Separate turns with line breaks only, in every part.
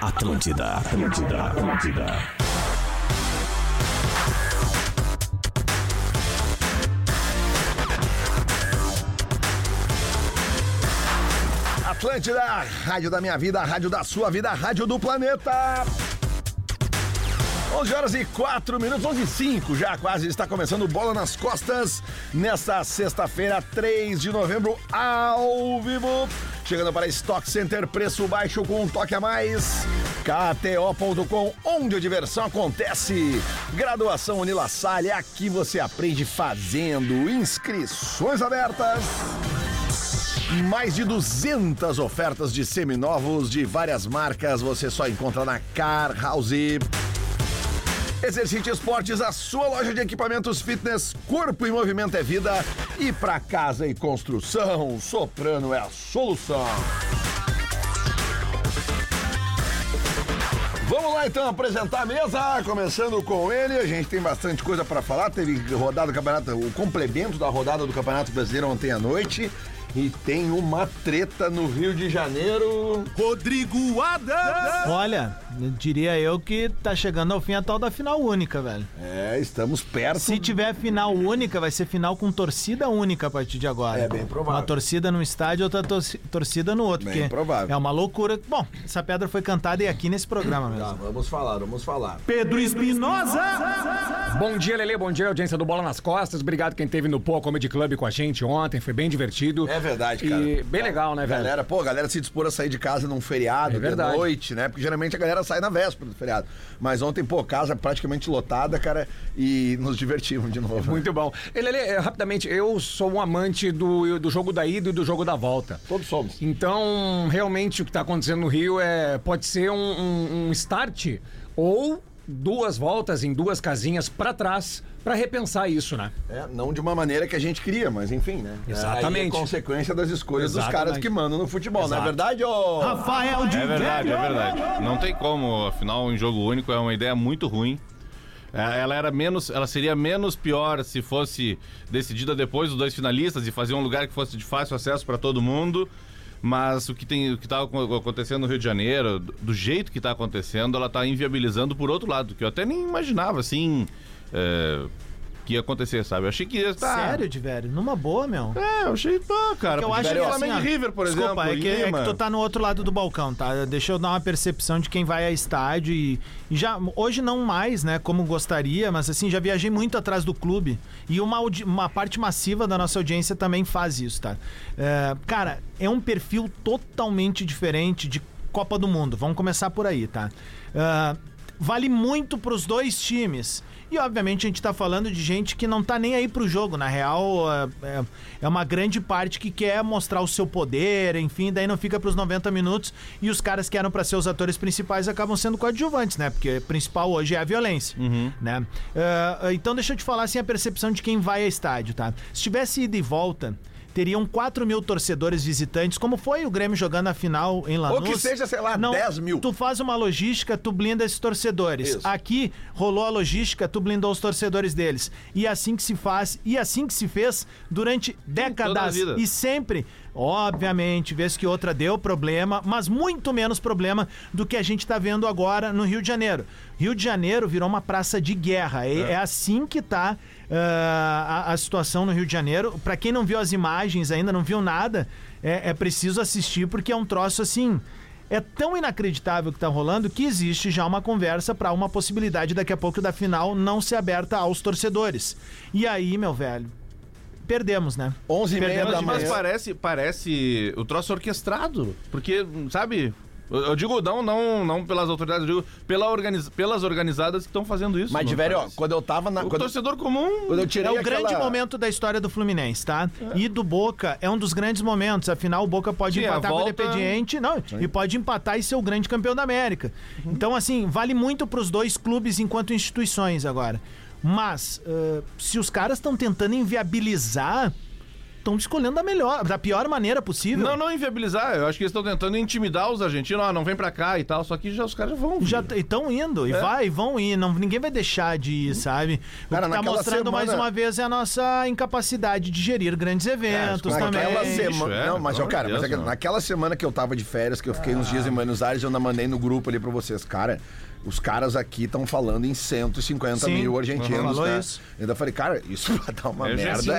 Atlântida, Atlântida, Atlântida. Atlântida, a rádio da minha vida, a rádio da sua vida, a rádio do planeta. 11 horas e 4 minutos, 11 e 5 já quase está começando Bola nas Costas nesta sexta-feira, 3 de novembro, ao vivo. Chegando para Stock Center, preço baixo com um toque a mais. KTO.com, onde a diversão acontece. Graduação Unila Salle, aqui você aprende fazendo. Inscrições abertas. Mais de 200 ofertas de seminovos de várias marcas você só encontra na Car House. Exercite Esportes, a sua loja de equipamentos fitness, corpo e movimento é vida. E para casa e construção, Soprano é a solução. Vamos lá então apresentar a mesa, começando com ele. A gente tem bastante coisa para falar. Teve rodada do campeonato, o complemento da rodada do Campeonato Brasileiro ontem à noite. E tem uma treta no Rio de Janeiro.
Rodrigo Adams!
Olha, eu diria eu que tá chegando ao fim a tal da final única, velho.
É, estamos perto.
Se tiver final única, vai ser final com torcida única a partir de agora.
É, bem provável.
Uma torcida num estádio, outra torci- torcida no outro.
Bem
porque
provável.
É uma loucura. Bom, essa pedra foi cantada e é aqui nesse programa mesmo.
Vamos falar, vamos falar.
Pedro Espinosa!
Bom dia, Lele. Bom dia, audiência do Bola nas Costas. Obrigado quem teve no Pô Comedy Club com a gente ontem. Foi bem divertido.
É verdade,
E
cara.
bem legal, né, velho?
Galera, pô, a galera se dispor a sair de casa num feriado
É
de
verdade.
noite, né? Porque geralmente a galera sai na véspera do feriado. Mas ontem, pô, casa praticamente lotada, cara, e nos divertimos de novo.
Muito bom. E, Lele, eh, rapidamente, eu sou um amante do, do jogo da ida e do jogo da volta.
Todos somos.
Então, realmente, o que está acontecendo no Rio é pode ser um, um- um start ou duas voltas em duas casinhas para trás para repensar isso, né?
É, não de uma maneira que a gente queria, mas enfim, né?
Exatamente.
Aí é consequência das escolhas dos
Exatamente.
caras que mandam no futebol, não é
Exato.
verdade, ô?
Rafael de
É verdade, é
Velho!
verdade. Não tem como, afinal, um jogo único é uma ideia muito ruim. É, Ela era menos, ela seria menos pior se fosse decidida depois dos dois finalistas e fazer um lugar que fosse de fácil acesso para todo mundo. Mas o que tem, o que tá acon- acontecendo no Rio de Janeiro, do do jeito que tá acontecendo, ela tá inviabilizando por outro lado, que eu até nem imaginava assim é, que ia acontecer, sabe? Eu achei que ia tá-
Sério, de velho? Numa boa, meu.
É, eu achei, pô, cara.
eu acho que
Flamengo
assim, ó,
e River, por
desculpa,
exemplo.
é que,
em
é que
Lima.
tu tá no outro lado do balcão, tá? Deixa eu dar uma percepção de quem vai a estádio e, e já hoje não mais, né, como gostaria, mas assim, já viajei muito atrás do clube e uma, audi- uma parte massiva da nossa audiência também faz isso, tá? É, cara, é um perfil totalmente diferente de Copa do Mundo. Vamos começar por aí, tá? É, vale muito pros dois times. E obviamente a gente tá falando de gente que não tá nem aí pro jogo. Na real, é, é- é uma grande parte que quer mostrar o seu poder, enfim, daí não fica pros 90 minutos e os caras que eram pra ser os atores principais acabam sendo coadjuvantes, né? Porque principal hoje é a violência,
Uhum.
né? Ah, então deixa eu te falar assim a percepção de quem vai a estádio, tá? Se tivesse ida e volta, teriam 4 mil torcedores visitantes, como foi o Grêmio jogando a final em Lanús.
que seja, sei lá, 10 mil.
Tu faz uma logística, tu blinda esses torcedores.
Isso.
Aqui rolou a logística, tu blindou os torcedores deles. E assim que se faz, e assim que se fez durante
toda a
décadas
vida.
e sempre. Obviamente, vez que outra deu problema, mas muito menos problema do que a gente tá vendo agora no Rio de Janeiro. Rio de Janeiro virou uma praça de guerra. É, é assim que tá ah, a, a situação no Rio de Janeiro. Pra quem não viu as imagens ainda, não viu nada, é- é preciso assistir porque é um troço assim. É tão inacreditável o que tá rolando que existe já uma conversa para uma possibilidade daqui a pouco da final não ser aberta aos torcedores. E aí, meu velho, perdemos, né?
11 e meia
Perdemos
da
de
Mas
manhã.
parece, parece o troço orquestrado, porque, sabe? Eu eu digo não, não, não pelas autoridades, eu digo pela organiz, pelas organizadas que estão fazendo isso.
Mas, de
não
velho, ó,
parece?
quando eu tava na.
o
Quando,
torcedor comum.
quando eu tirei
É o
aquela-
grande momento da história do Fluminense, tá? E do Boca é um dos grandes momentos. Afinal, o Boca pode
é
Sim, a
empatar
volta-
com o Independiente, não, e pode empatar e ser o grande campeão da América.
Uhum.
Então, assim, vale muito pros dois clubes enquanto instituições agora. Mas, ah, se os caras estão tentando inviabilizar estão escolhendo da melhor, da pior maneira possível.
Não, não inviabilizar. Eu acho que eles estão tentando intimidar os argentinos. Ah, não vem pra cá e tal. Só que já, os caras já vão.
Já
vir.
estão indo, e
É.
vai, vão ir. Não, ninguém vai deixar de ir, sabe? O
Uhum. Cara,
que tá
naquela
mostrando mais
semana- É,
uma vez é a nossa incapacidade de gerir grandes eventos
mas
também.
Naquela
Isso,
semana.
é,
não, mas,
pelo
ó, cara,
amor de
mas é
Deus,
que
não.
naquela semana que eu tava de férias, que eu fiquei uns dias em Buenos Aires, eu mandei no grupo ali pra vocês, cara. Os caras aqui estão falando em 150
Sim,
mil argentinos.
uhum, falou
né?
isso.
Eu ainda falei, cara, isso vai dar uma
É,
merda.
assim,
é,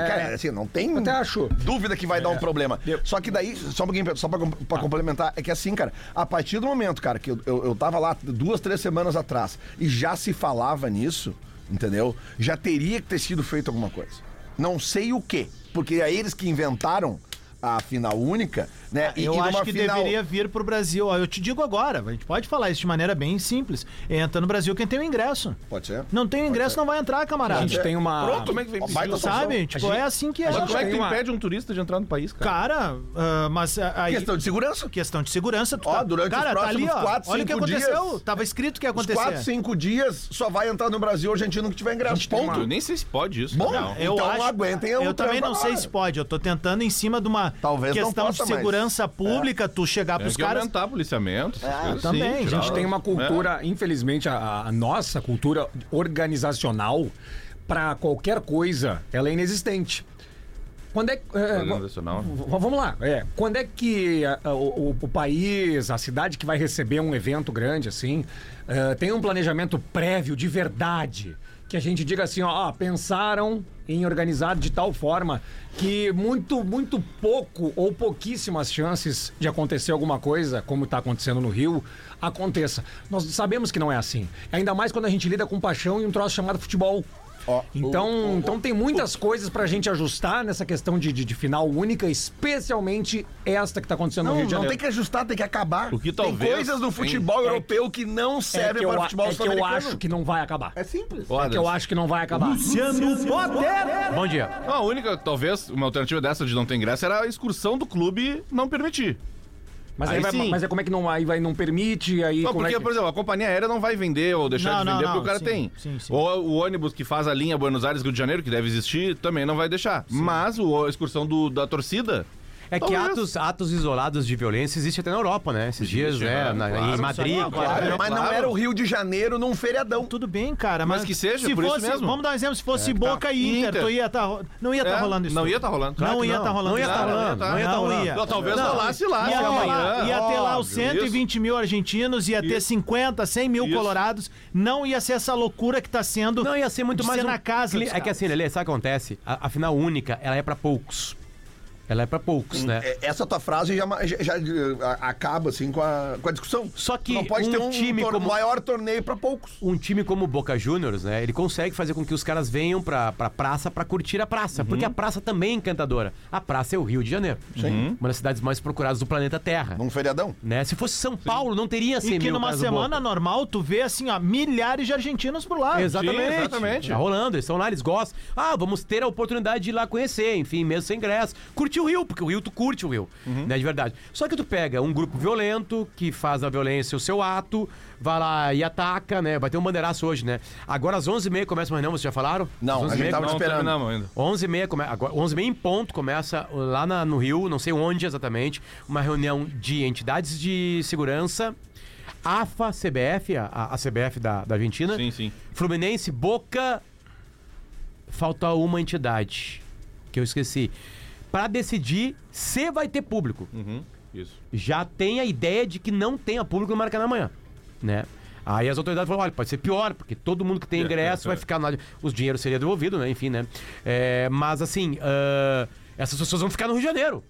né?
Cara, assim, não tem
até acho.
dúvida que vai dar um problema. Só que daí, só um pouquinho, Pedro, só pra, com- pra complementar, é que assim, cara, a partir do momento, cara, que eu, eu, eu tava lá duas, três semanas atrás e já se falava nisso, entendeu? Já teria que ter sido feito alguma coisa. Não sei o quê, porque é eles que inventaram a final única, né?
Eu acho que
final-
deveria vir pro Brasil. Ó, Eu te digo agora, a gente pode falar isso de maneira bem simples. Entra no Brasil quem tem o ingresso.
Pode ser? É.
Não tem o ingresso, não vai entrar,
A
camarada.
gente tem uma.
Pronto, como é que vem
Uma baita solução.
Sabe? Tipo,
gente-
é assim que é.
Mas como é que tu
Tem uma-
impede um turista de entrar no país, cara?
Cara, ah, mas ah, aí.
Questão de segurança.
Questão de segurança, tu
Ó,
tá...
durante os
cara, tá ali,
próximos
ó.
quatro,
olha o que
cinco
aconteceu.
dias,
Tava escrito que ia
Os
acontecer.
quatro, cinco dias só vai entrar no Brasil o argentino que tiver ingresso. Ponto.
Eu nem sei se pode isso.
Bom,
na
é,
real.
Eu
Então
acho,
aguentem o
Eu também
tranco
não sei
agora.
se pode. Eu tô tentando em cima de uma
Talvez não
questão
possa mais.
de
É.
segurança pública, tu chegar
Tem
pros
que
caras.
aumentar policiamento. essas coisas assim,
também,
tirar-
A gente tem uma cultura, infelizmente, a, a nossa cultura organizacional, para qualquer coisa, ela é inexistente. Quando é que. é,
Organizacional.
v- vamos lá. é, quando é que a- a- o, o- o país, a cidade que vai receber um evento grande assim, é, tem um planejamento prévio de verdade? Que a gente diga assim, ó, ah, pensaram em organizar de tal forma que muito, muito pouco ou pouquíssimas chances de acontecer alguma coisa, como está acontecendo no Rio, aconteça. Nós sabemos que não é assim. Ainda mais quando a gente lida com paixão e um troço chamado futebol.
Ó,
Então, então tem muitas coisas pra gente ajustar nessa questão de, de, de final única, especialmente esta que tá acontecendo no
Não,
Rio de
não tem
Janeiro.
que ajustar, tem que acabar.
O
tem
que talvez-
coisas do
Sim.
futebol europeu que não
é
servem
que,
para
eu,
o
a-
futebol
é que eu
sul-americano.
acho que não vai acabar. É
simples.
Olha,
que eu acho que não vai acabar.
Luciano Potter.
Bom dia.
Não, a única, talvez, uma alternativa dessa de não ter ingresso era a excursão do clube não permitir.
Mas, aí
Aí
vai-
sim.
mas é como é que não aí vai não permite aí
Não,
como é
porque,
que-
por exemplo, a companhia aérea não vai vender ou deixar
Não,
de
não,
vender
não,
porque o cara
sim,
tem.
sim, sim.
Ou o ônibus que faz a linha Buenos Aires-Rio de Janeiro, que deve existir, também não vai deixar. Mas o, a excursão do- da torcida...
É que
Talvez.
atos, atos isolados de violência existe até na Europa, né? Esses dias,
né?
né? na-
Claro.
Em Madrid.
Claro,
claro.
Mas não
claro.
era o Rio de Janeiro num feriadão.
Tudo bem, cara, mas,
Mas que seja,
se
por isso
fosse,
mesmo. É, tá.
vamos dar um exemplo, se fosse Boca e Inter,
Inter.
tu ia tá, ro- não ia estar
É,
rolando isso.
não
tudo.
ia tá rolando.
Não
Claro que
ia estar
não.
rolando.
Não ia
isso
tá
tudo.
rolando,
Não
não
ia
ia
tá rolando.
ia.
Não, talvez
Não,
rolasse lá,
Ia,
se
rolar,
amanhã.
ia ter lá os
Óbvio,
120 mil argentinos, ia ter 50, 100 mil
Isso.
colorados. Não ia ser essa loucura que tá sendo.
Não, ia ser muito
de
mais
ser
um
na casa.
cli-
dos
É que
caras.
assim, Lelê, sabe o que acontece? A, a final única, ela é pra poucos. Ela é pra
Hum,
poucos, né?
É, Essa tua frase já, ma- já- já, eh, a- acaba assim com a, com a discussão.
Só que
não pode
um
ter um
time
tor-
como-
maior torneio para poucos.
um time como o Boca Juniors, né? Ele consegue fazer com que os caras venham pra, pra praça pra curtir a praça. Porque
Uhum.
a praça também é encantadora. A praça é o Rio de Janeiro. Sim. Uma das cidades mais procuradas do planeta Terra.
Num feriadão.
Né? Se fosse São Paulo, não teria 100
E que
mil
numa
caras do
semana
Boca.
normal, tu vê assim, ó, milhares de argentinos por lá.
Exatamente.
Sim, exatamente.
Tá rolando, eles estão lá, eles gostam. Ah, vamos ter a oportunidade de ir lá conhecer, enfim, mesmo sem ingresso. Curtir o Rio, porque o Rio tu curte o Rio,
Uhum.
né, de verdade. Só que tu pega um grupo violento que faz a violência o seu ato, vai lá e ataca, né? Vai ter um bandeiraço hoje, né? Agora às 11h30 começa o reunião, vocês já falaram?
Não,
Às
a gente
11h30
tava
Não,
esperando.
terminamos ainda.
11 h come... agora, 11 em ponto começa lá na- no Rio, não sei onde exatamente, uma reunião de entidades de segurança, AFA, CBF, a, a CBF da, da Argentina,
Sim, sim.
Fluminense, Boca, falta uma entidade que eu esqueci, Pra decidir se vai ter público.
Uhum, isso.
Já tem a ideia de que não tenha público no Maracanã amanhã, né? Aí as autoridades falaram, olha, pode ser pior, porque todo mundo que
É,
tem ingresso vai ficar lá. Os dinheiros seriam devolvidos, né? Enfim, né? É, mas assim, ah, essas pessoas vão ficar no Rio de Janeiro.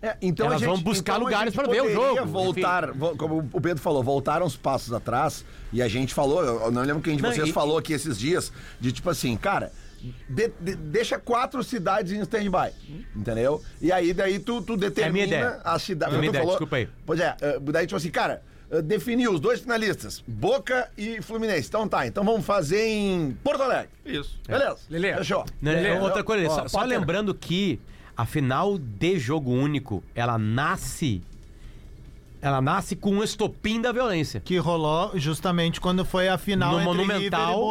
É, então
Elas
a gente-
vão
então
buscar
a
lugares
gente
pra ver o
poderia
jogo,
voltar, vo- como o Pedro falou, voltar uns passos atrás e a gente falou, eu eu não lembro quem de
Não,
vocês
e-
falou aqui esses dias, de tipo assim, cara, de- de- deixa quatro cidades em stand-by, entendeu? E aí daí tu, tu
É minha
determina
ideia.
a cidade.
É minha
Tu
ideia, desculpa aí.
Pois é, eh, daí tipo assim, cara, eh, definiu os dois finalistas, Boca e Fluminense. Então tá, então vamos fazer em Porto Alegre.
Isso.
É.
Beleza.
Lelê.
Fechou.
Né?
Lelê,
Outra
eu-
coisa,
É, ó,
só, só
Potter,
lembrando que a final de jogo único, ela nasce. Ela nasce com um estopim da violência.
Que rolou justamente quando foi a final
No
entre
Monumental.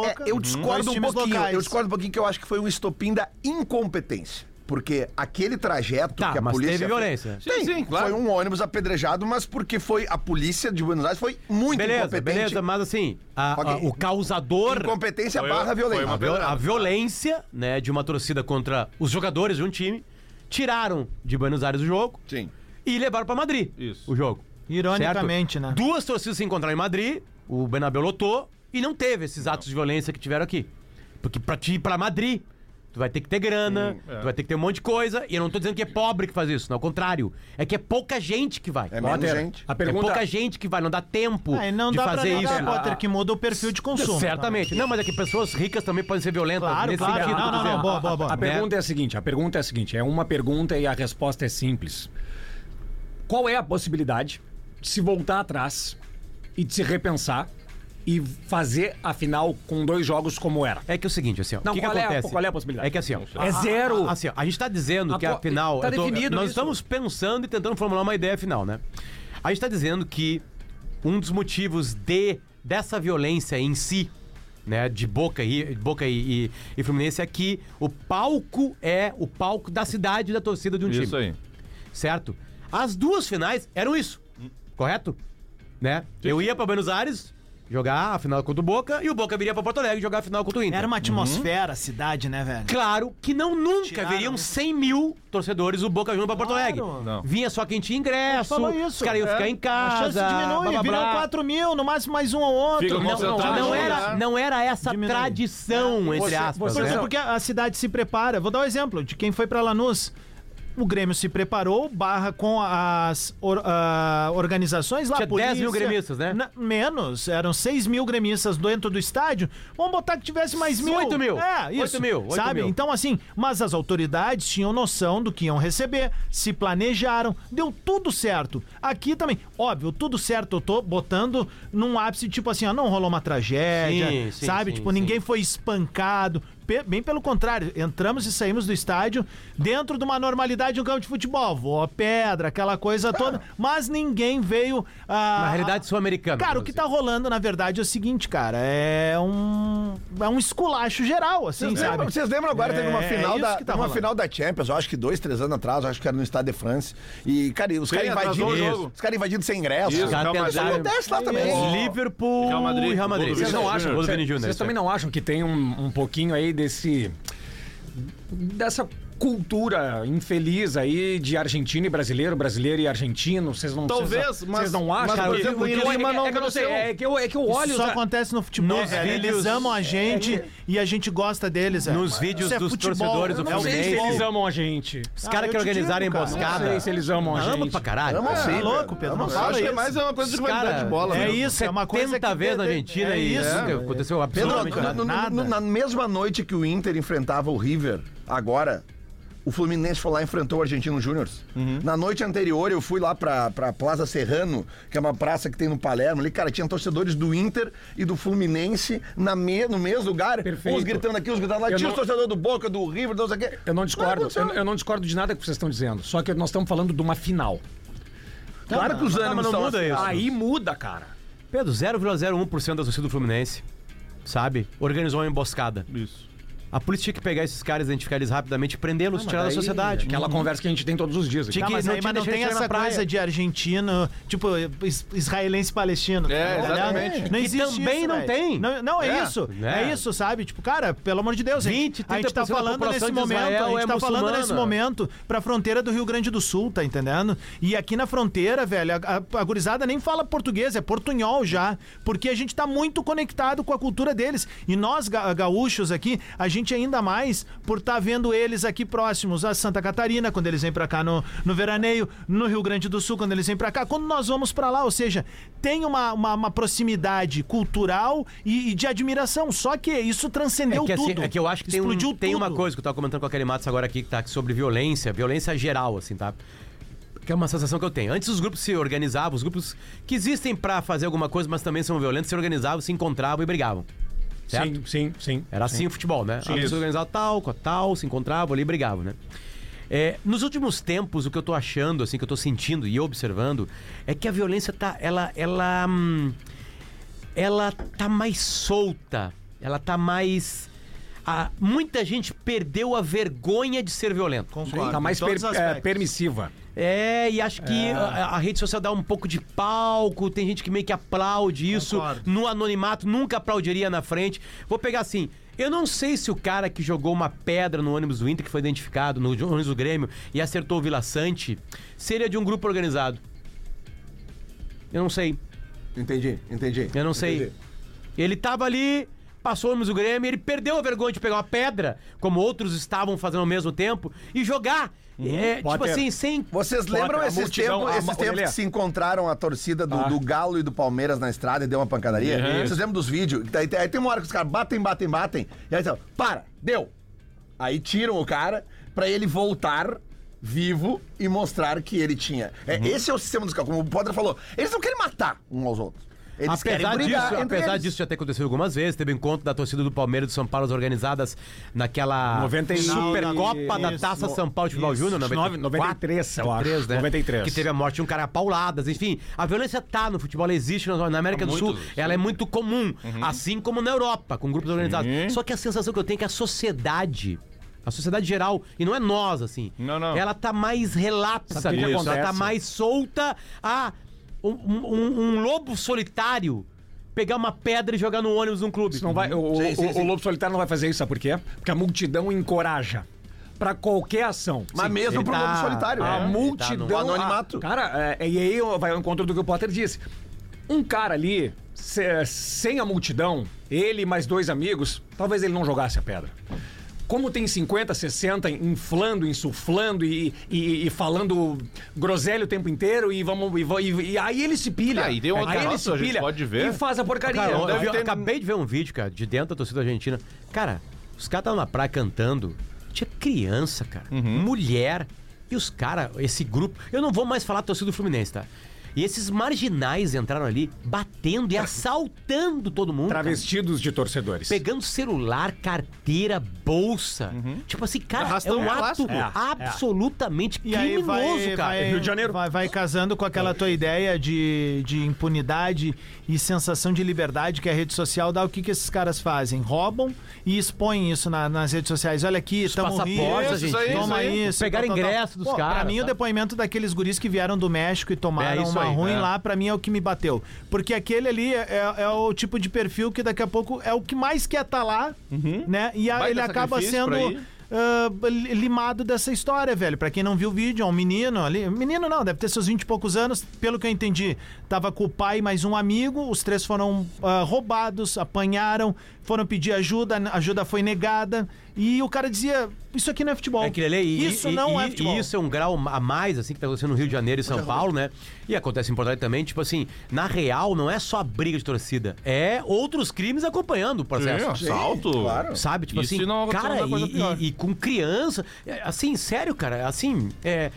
River e
É,
Boca. Uhum.
eu
Dois
discordo um
times
pouquinho.
locais.
Eu discordo um pouquinho que eu acho que foi um estopim da incompetência. Porque aquele trajeto
Tá,
que a
mas
polícia.
teve violência.
Sim, sim, claro.
Foi um ônibus apedrejado, mas porque foi a polícia de Buenos Aires foi muito
Beleza,
incompetente.
beleza, mas assim, a- a-
Ok.
o causador.
Incompetência
Foi-
barra
foi
violência.
uma
A, viol- a violência, né, de uma torcida contra os jogadores de um time, tiraram de Buenos Aires o jogo
Sim.
e levaram pra Madrid
Isso.
o jogo.
Ironicamente, né?
Duas torcidas se encontraram em Madrid, o Benabel lotou e não teve esses atos de violência que tiveram aqui. Porque pra ti ir pra Madrid, tu vai ter que ter grana,
é.
tu vai ter que ter um monte de coisa. E eu não tô dizendo que é pobre que faz isso, não, ao contrário. É que é pouca gente que vai.
É
É,
menos
Potter,
gente.
A pergunta,
pouca gente que vai, não dá tempo
Ah, e não
Tipo, de
dá pra
fazer
negar,
isso. né?
Potter, que muda o perfil de consumo.
Certamente. Não, mas é que pessoas ricas também podem ser violentas
Claro,
nesse
claro.
sentido.
Não, não,
quer dizer.
não, boa, boa, boa.
Né?
a pergunta é a seguinte, a pergunta é a seguinte, é uma pergunta e a resposta é simples. Qual é a possibilidade de se voltar atrás e de se repensar e fazer a final com dois jogos como era?
É que é o seguinte, assim, ó.
Não,
o que, que
qual é a-
acontece?
qual é a possibilidade?
É que assim, ó.
É zero.
Assim, ó, a gente tá dizendo
A
que
po-
afinal.
tá
eu
definido
Nós
isso.
estamos pensando e tentando formular uma ideia final, né? A gente tá dizendo que um dos motivos de dessa violência em si, né, de Boca e Boca e, e, e Fluminense é que o palco é o palco da cidade da torcida de um time
Isso aí.
certo? As duas finais eram isso, correto? Né? Eu ia pra Buenos Aires jogar a final contra o Boca e o Boca viria pra Porto Alegre jogar a final contra o Inter.
Era uma atmosfera,
Uhum.
a cidade, né, velho?
Claro que não nunca
Tiraram,
viriam
né?
100 mil torcedores do Boca junto pra Porto
Claro.
Alegre.
Não.
Vinha só quem tinha ingresso,
Falou isso,
os caras iam
é.
ficar em
A chance
casa.
diminui,
blá, blá,
viram
blá.
4 mil, no máximo mais um ou outro.
Fica
Não, não,
Concentrado,
não
né?
era, não era essa
Diminui.
tradição, entre aspas.
Por
né?
exemplo, porque a a cidade se prepara. Vou dar um exemplo de quem foi pra Lanús. O Grêmio se preparou, barra com as or- ah, organizações lá,
Tinha 10 mil gremistas, né?
Na- menos, eram 6 mil gremistas dentro do estádio. Vamos botar que tivesse mais mil.
Oito mil.
É, isso.
Oito mil, oito
sabe?
mil.
Então, assim, mas as autoridades tinham noção do que iam receber, se planejaram, deu tudo certo. Aqui também, óbvio, tudo certo eu tô botando num ápice, tipo assim, ó, não rolou uma tragédia,
Sim, sim,
sabe?
sim,
tipo,
sim.
ninguém foi espancado. Pe- Bem pelo contrário, entramos e saímos do estádio dentro de uma normalidade de um campo de futebol. Voa pedra, aquela coisa toda. Mas ninguém veio. ah,
Ah. Na realidade assim. sul-americana.
Cara, o que tá rolando, na verdade, é o seguinte, cara. É um. É um esculacho geral, assim,
Vocês lembram,
é,
sabe?
vocês lembram agora, teve uma
É,
final,
é
da,
isso que tá
uma
rolando.
final da Champions, eu acho que dois, três anos atrás, eu acho que era no Estado de France. E, cara, e os caras
atrasou
invadindo.
o jogo.
Os caras invadindo sem ingresso.
Isso.
Cara,
Real Madrid.
tentaram-
Acontece lá também.
Liverpool
Real Madrid.
e Real Madrid.
Gol do Vocês não Vini acham- Júnior.
Gol do Vini Júnior,
Vocês
isso aí.
também não acham que tem um, um pouquinho aí desse. dessa cultura infeliz aí de argentino e brasileiro, brasileiro e argentino? Vocês não
Talvez,
vocês, não-
mas-
Vocês não
mas,
acham?
por
Porque-
exemplo,
porque
em
eu- é,
Lima
que-
não
é que eu não sei,
aconteceu.
é que eu, é que eu
Isso
olho.
só
os-
acontece no futebol,
Nos
velho.
vídeos-
Eles amam a gente e a gente gosta deles. velho.
Nos vídeos
Isso é
dos
futebol,
torcedores do
não
Eu
sei se
sei se
Fluminense.
eles amam a gente.
Os
Ah,
caras
eu
que
te
organizaram a
digo, cara.
emboscada.
Não sei se eles amam a gente.
Ama pra caralho.
Não,
cara.
sim,
tá
velho.
louco, Pedro, não
Eu
fala
acho que é
isso.
mais
uma coisa de
Os cara-
qualidade de bola,
É
né?
isso, é uma coisa que...
70 vezes na Argentina
é
e
isso.
nunca aconteceu
Pedro,
absolutamente
no-
nada.
no-
nada.
no- na mesma noite que o Inter enfrentava o River, agora, o Fluminense foi lá e enfrentou o Argentino Júnior.
Uhum.
Na noite anterior, eu fui lá pra, pra Plaza Serrano, que é uma praça que tem no Palermo. Ali, cara, tinha torcedores do Inter e do Fluminense na me- no mesmo lugar.
Perfeito.
Uns gritando aqui, uns gritando lá.
Eu
tinha
não-
os torcedores do Boca, do River, não sei o quê.
Eu não discordo.
aconteceu.
eu, eu não discordo de nada que vocês estão dizendo. Só que nós estamos falando de uma final.
Claro que os ânimos
não
são
muda
assim.
isso.
Aí muda, cara.
Pedro, 0,01% da torcida do Fluminense, sabe? Organizou uma emboscada.
Isso.
A polícia tinha que pegar esses caras, identificar eles rapidamente, prendê-los, tirar da
Daí,
sociedade. é
Aquela conversa que a gente tem todos os dias. aqui.
Tinha
Tá,
que-
mas,
não
aí, mas
tinha
não tem
deixado de
essa
chegar na praia.
coisa de argentino, tipo, is- israelense e palestino. tá
É,
ligado?
exatamente.
Não
Que
existe
também
isso,
não
velho.
tem.
Não, não, é,
É,
isso.
né?
É isso, sabe? Tipo, cara, pelo amor de Deus. a
20,
gente tá
30% da
falando
população
nesse
de
momento,
Israel
a gente
é
tá falando
muçulmana.
nesse momento pra fronteira do Rio Grande do Sul, tá entendendo? E aqui na fronteira, velho, a, a, a gurizada nem fala português, é portunhol já, porque a gente tá muito conectado com a cultura deles. E nós, ga- gaúchos aqui, a gente ainda mais por estar vendo eles aqui próximos a Santa Catarina, quando eles vêm pra cá no, no veraneio, no Rio Grande do Sul, quando eles vêm pra cá, quando nós vamos pra lá, ou seja, tem uma, uma, uma proximidade cultural e, e de admiração, só que isso transcendeu
É que, assim,
tudo.
é que eu acho que tem, um-
Explodiu
tem uma
tudo.
coisa que eu tava comentando com aquele Matos agora aqui, que tá aqui sobre violência, violência geral, assim, tá? Que é uma sensação que eu tenho. Antes os grupos se organizavam, os grupos que existem pra fazer alguma coisa, mas também são violentos, se organizavam, se encontravam e brigavam. Certo?
Sim, sim, sim.
Era assim o futebol, né? A
Isso.
pessoa organizava tal, com a tal, se encontrava ali e brigava, né? É, nos últimos tempos, o que eu tô achando, assim, que eu tô sentindo e observando, é que a violência tá. Ela. Ela. hum, ela tá mais solta. Ela tá mais. a- muita gente perdeu a vergonha de ser violento.
Concordo.
Tá mais
em todos
per-
os
é,
aspectos.
permissiva.
É, e acho que a, a rede social dá um pouco de palco, tem gente que meio que aplaude isso
Concordo.
no anonimato, nunca aplaudiria na frente. Vou pegar assim. Eu não sei se o cara que jogou uma pedra no ônibus do Inter, que foi identificado no ônibus do Grêmio e acertou o Vila Sante, seria de um grupo organizado. Eu não sei.
assim.
Entendi, entendi.
Eu não sei.
Entendi.
Ele tava ali, passou o ônibus do Grêmio, ele perdeu a vergonha de pegar uma pedra, como outros estavam fazendo ao mesmo tempo, e jogar. É, tipo
Potter.
assim, sem
Vocês lembram
a
esses
multidão,
tempos,
a
esses
ma-
tempos
Lelê.
que se encontraram a torcida do, do Galo e do Palmeiras na estrada e deu uma pancadaria? Vocês lembram dos vídeos? Daí tem- Aí tem uma hora que os caras batem, batem, batem. E aí, então, para, deu. Aí tiram o cara pra ele voltar vivo e mostrar que ele tinha. É, Esse é o sistema dos caras. Como o Potter falou, eles não querem matar um aos outros. Eles
apesar
querem brigar
disso,
entre
apesar
eles.
disso já ter acontecido algumas vezes, teve um encontro da torcida do Palmeiras e do São Paulo as organizadas naquela
99,
Supercopa da
isso,
Taça São Paulo de Futebol
isso,
Júnior,
99, 93, eu acho.
93, né?
93.
Que teve a morte de um cara a pauladas, enfim. A violência tá no futebol, ela existe na na América
Há
do Sul,
muitos,
ela é muito comum,
Uhum.
assim como na Europa, com grupos organizados. Só que a sensação que eu tenho é que a sociedade a sociedade geral, e não é nós, assim.
Não, não.
Ela tá mais relapsa
Sabe o que que
nisso, Ela tá
acontece?
mais solta a um, um- um lobo solitário pegar uma pedra e jogar no ônibus de um clube.
Isso não vai, o,
Sim,
o-
sim,
o-
sim.
o lobo solitário não vai fazer isso, sabe por quê? Porque a multidão encoraja pra qualquer ação.
Mas mesmo
ele
pro
tá-
lobo solitário.
a
A
É.
multidão.
Tá
no anonimato.
Ah, cara, é, e aí vai ao encontro do que o Potter disse. Um cara ali, se- é, sem a multidão, ele e mais dois amigos, talvez ele não jogasse a pedra. Como tem 50, 60 inflando, insuflando e, e- e falando groselha o tempo inteiro e vamos e, va- e- e aí ele se pilha.
Ah, e tem outra
aí ele
nossa, a gente pode ver.
e faz a porcaria. Então,
Cara, eu,
deve
vi-
ter-
acabei de ver um vídeo, cara, de dentro da torcida argentina. Cara, os caras estavam na praia cantando. Tinha criança, cara.
Uhum.
Mulher. E os caras, esse grupo. Eu não vou mais falar torcida do Fluminense, tá? E esses marginais entraram ali batendo e assaltando todo mundo. cara.
Travestidos de torcedores.
Pegando celular, carteira, bolsa.
Uhum.
Tipo assim, cara,
Arrastão
é um
pra lá,
ato
é, é.
absolutamente
E aí
criminoso,
vai,
cara.
vai,
Rio de Janeiro.
Vai, vai casando com aquela tua ideia de, de impunidade e sensação de liberdade que a rede social dá. O que, que esses caras fazem? Roubam e expõem isso na- nas redes sociais. Olha aqui, estamos
passaportes,
gente, isso
Toma
aí.
isso.
Pegaram
tal, tal, tal.
ingresso dos
Pô, Pra
caras,
mim, o
sabe?
depoimento daqueles guris que vieram do México e tomaram
É, isso
uma
aí,
ruim
é.
lá, pra mim é o que me bateu. Porque aquele ali é, é o tipo de perfil que daqui a pouco é o que mais quer estar lá,
Uhum.
né? E a-
Baita
ele acaba
sacrifício
sendo
pra ir.
ah, li- limado dessa história, velho. Pra quem não viu o vídeo, é um menino ali. Menino não, deve ter seus 20 e poucos anos, pelo que eu entendi. Tava com o pai e mais um amigo, os três foram ah, roubados, apanharam, foram pedir ajuda, a ajuda foi negada. E o cara dizia: Isso aqui não é futebol.
É aquele ali, e-
isso
e-
não
e-
é futebol.
e isso é um grau a mais, assim, que tá acontecendo no Rio de Janeiro e São Paulo, né? E acontece em Porto Alegre também, tipo assim, na real, não é só a briga de torcida, é outros crimes acompanhando o processo.
Sim, assalto.
claro.
Sabe? Tipo
Isso
assim,
não aconteceu
cara,
nada coisa
e,
pior.
e- e com criança. é, Assim, sério, cara, assim, é,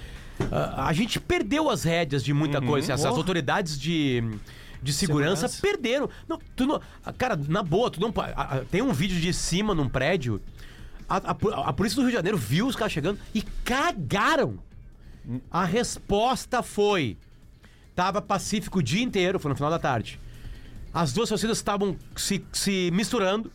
a, a gente perdeu as rédeas de muita
Uhum.
coisa. assim, as, as autoridades de. De segurança,
Segurança.
perderam. Não, tu não, cara, na boa, tu não. pa- a- a- tem um vídeo de cima num prédio. A, a po- a polícia do Rio de Janeiro viu os caras chegando e cagaram. A resposta foi: tava pacífico o dia inteiro, foi no final da tarde. As duas torcidas estavam se, se misturando,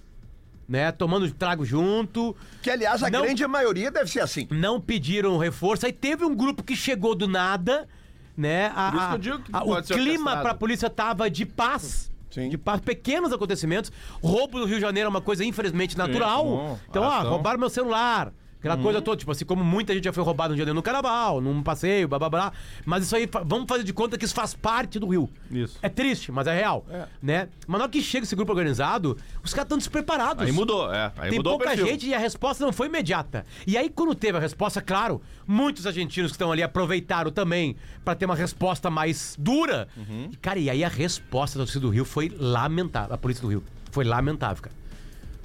né? Tomando trago junto.
Que, aliás, a
Não.
grande maioria deve ser assim.
Não pediram reforço. Aí teve um grupo que chegou do nada, né? A-
Por isso que eu
a-
digo que
a- o
pode ser
clima
orquestrado.
pra polícia tava de paz.
Sim.
De paz, pequenos acontecimentos. Roubo no Rio de Janeiro é uma coisa, infelizmente, natural.
bom. Uhum.
então, ó,
Ação.
roubaram meu celular. Aquela coisa toda, tipo assim, como muita gente já foi um roubada no Rio de Janeiro no carnaval, num passeio, blá blá blá. Mas isso aí, fa- vamos fazer de conta que isso faz parte do Rio.
Isso.
É triste, mas é real. Né? Mas na hora que chega esse grupo organizado, os caras estão despreparados.
Aí mudou, é. Aí
Tem
mudou o
pouca
perfil.
gente e a resposta não foi imediata. E aí, quando teve a resposta, claro, muitos argentinos que estão ali aproveitaram também pra ter uma resposta mais dura.
Uhum.
E, cara, e aí a resposta da torcida do Rio foi lamentável. A polícia do Rio foi lamentável, cara.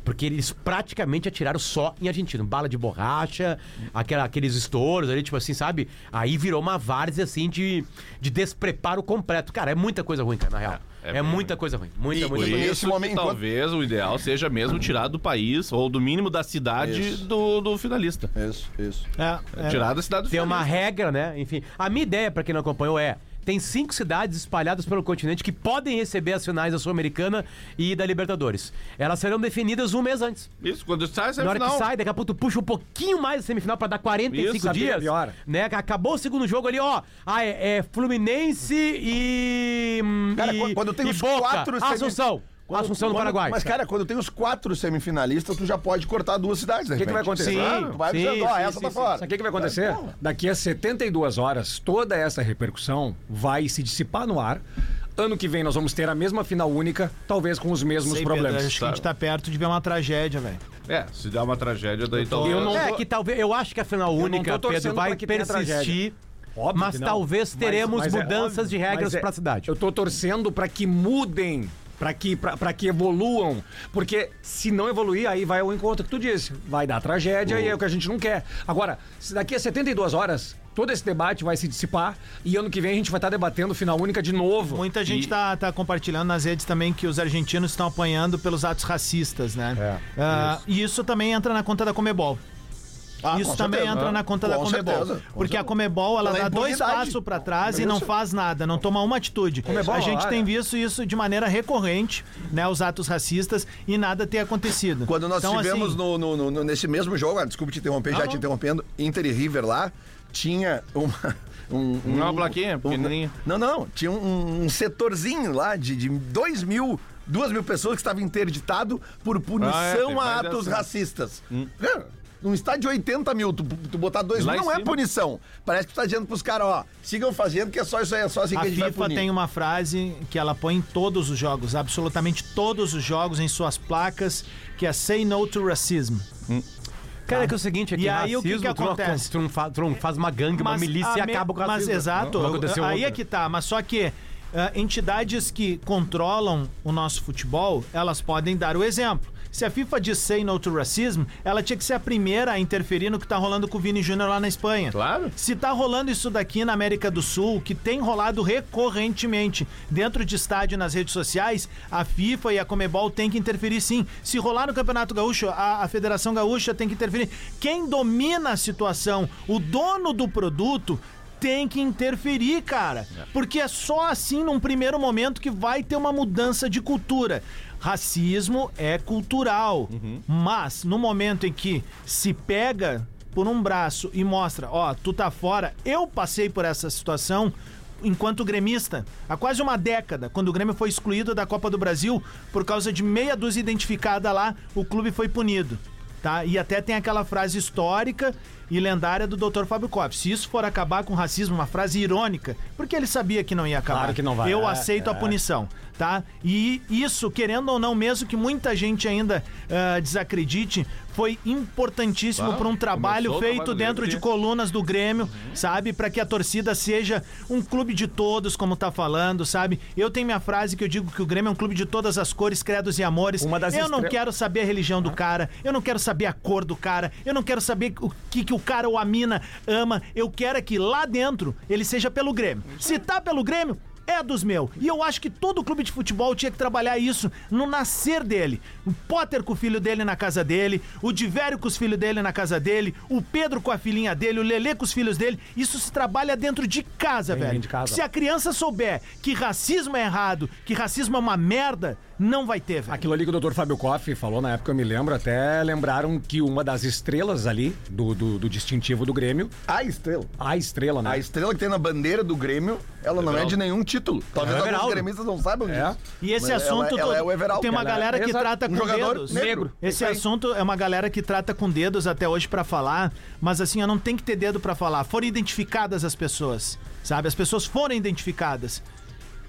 Porque eles praticamente atiraram só em argentino. Bala de borracha, aquela- aqueles estouros ali, tipo assim, sabe? Aí virou uma várzea, assim, de, de despreparo completo. Cara, é muita coisa ruim, cara, na real.
É,
É,
é bem
muita coisa ruim. Muita,
E-
muita
Por
coisa
e-
ruim.
nesse
isso
momento,
que
enquanto-
talvez o ideal seja mesmo tirar do país, ou do mínimo da cidade
Isso.
do, do finalista.
Isso, isso.
É, é.
Tirar da cidade do
Tem uma
finalista.
regra, né? Enfim, a minha ideia, pra quem não acompanhou, é Tem cinco cidades espalhadas pelo continente que podem receber as finais da Sul-Americana e da Libertadores. Elas serão definidas um mês antes.
Isso, quando sai, sai o
Na hora
final.
que sai, daqui a pouco tu puxa um pouquinho mais a semifinal pra dar 45
Isso, sabia,
dias.
pior.
Né? Acabou o segundo jogo ali, ó. Ah, é, é Fluminense e. hum,
Cara,
e-
qu- quando tem
e
os
Boca.
quatro semi-
Assunção.
Quando-
Assunção Tá no
quando-
Paraguai.
Mas, cara, quando tem os quatro semifinalistas, tu já pode cortar duas cidades, né? O
que vai acontecer?
Sim, tu vai
Sim,
dizendo, ó,
sim,
essa
sim,
tá
sim.
fora.
Sabe o que, que vai acontecer? Daqui a 72 horas, toda essa repercussão vai se dissipar no ar. Ano que vem nós vamos ter a mesma final única, talvez com os mesmos
Sei,
problemas.
Pedro, acho que a gente tá perto de ver uma tragédia, velho.
É, se der uma tragédia, daí talvez.
eu não-
é,
tô-
que talvez. Eu acho que a final
não tô
única,
torcendo
Pedro,
pra
vai
que tenha
persistir.
tragédia. Óbvio
mas
que não.
talvez teremos
Mas- mas é
mudanças
óbvio.
de regras
Mas é-
pra cidade.
Eu tô torcendo pra que mudem, pra que pra, pra que evoluam, porque se não evoluir aí vai o encontro que tu disse, vai dar tragédia e é o que a gente não quer. Agora, se daqui a 72 horas todo esse debate vai se dissipar e ano que vem a gente vai estar debatendo final única de novo.
Muita gente tá, tá compartilhando nas redes também que os argentinos estão apanhando pelos atos racistas, né?
É,
Ah, E isso também entra na conta da Comebol.
Ah,
isso
com
também
certeza.
entra na conta da
Com
Comebol.
certeza, com
porque a
certeza.
Comebol, ela
Pela
dá dois
impunidade.
passos pra trás e não faz nada, não toma uma atitude. a gente
olha.
tem visto isso de maneira recorrente, né? Os atos racistas e nada ter acontecido.
Quando nós
Então,
tivemos
assim,
no, no- no- no- nesse mesmo jogo, ah, desculpa te interromper, já te interrompendo, Inter e River lá, tinha uma. Um, um-
Uma plaquinha pequenininha.
não, não, tinha um, um setorzinho lá de, de dois mil, duas mil pessoas que estava interditado por
Ah, é,
punição
tem
a
mais
atos
dessa.
racistas. Cara, num estádio de 80 mil, tu, tu botar dois
Lá
mil
em
não é
cima.
punição. Parece que tu tá dizendo pros caras, ó, sigam fazendo que é só isso aí, é só assim
A
que a gente vai
FIFA
punir.
tem uma frase que ela põe em todos os jogos, absolutamente todos os jogos, em suas placas, que é Say No to Racism.
Cara, é que é o seguinte, é que
E aí, o que que
tu não-
acontece?
Tu não, fa- tu não faz uma gangue, uma
Mas
milícia e
a me-
acaba com o
Mas
racismo.
exato,
Não
eu-
aconteceu
aí
ontem.
é que tá, mas só que ah, entidades que controlam o nosso futebol, elas podem dar o exemplo. Se a FIFA diz say no to racism, ela tinha que ser a primeira a interferir no que tá rolando com o Vini Júnior lá na Espanha.
Claro.
Se tá rolando isso daqui na América do Sul, que tem rolado recorrentemente dentro de estádio e nas redes sociais, a FIFA e a Comebol têm que interferir sim. Se rolar no Campeonato Gaúcho, a, a Federação Gaúcha tem que interferir. Quem domina a situação, o dono do produto. Tem que interferir, cara. Porque é só assim, num primeiro momento, que vai ter uma mudança de cultura. Racismo é cultural. Mas, no momento em que se pega por um braço e mostra, ó, tu tá fora. Eu passei por essa situação enquanto gremista há quase uma década, quando o Grêmio foi excluído da Copa do Brasil por causa de meia dúzia identificada lá, o clube foi punido. Tá? E até tem aquela frase histórica e lendária do Dr. Fábio Kopp. Se isso for acabar com o racismo, uma frase irônica, porque ele sabia que não ia acabar.
Claro que não vai.
Eu
É,
aceito a punição, tá? E isso, querendo ou não, mesmo que muita gente ainda ah, desacredite, foi importantíssimo
Claro,
para um trabalho
começou o
feito
trabalho
dentro
dele,
de
sim.
colunas do Grêmio, sabe? Para que a torcida seja um clube de todos, como tá falando, sabe? Eu tenho minha frase que eu digo que o Grêmio é um clube de todas as cores, credos e amores.
Uma das
eu não
estre-
quero saber a religião do cara, eu não quero saber a cor do cara, eu não quero saber o que, que o cara ou a mina ama. Eu quero é que lá dentro ele seja pelo Grêmio. Se tá pelo Grêmio, é dos meus. E eu acho que todo clube de futebol tinha que trabalhar isso no nascer dele. O Potter com o filho dele na casa dele, o Divério com os filhos dele na casa dele, o Pedro com a filhinha dele, o Lelê com os filhos dele. Isso se trabalha dentro de casa, velho.
de casa.
Se a criança souber que racismo é errado, que racismo é uma merda, não vai ter, velho.
Aquilo ali que o Dr. Fábio Koff falou na época, eu me lembro, até lembraram que uma das estrelas ali do, do, do distintivo do Grêmio,
A estrela.
a estrela, né?
A estrela que tem na bandeira do Grêmio, ela não é de nenhum título. Talvez alguns
Everaldo.
gremistas não saibam
É.
disso.
E esse
Mas ela-
assunto
ela
todo-
é o Everaldo.
tem uma
Ela é
galera que
exa-
trata
um
com
jogador
dedos.
negro.
Esse
Isso aí.
assunto é uma galera que trata com dedos até hoje pra falar, mas assim, eu não tem que ter dedo pra falar. Foram identificadas as pessoas, sabe? As pessoas foram identificadas.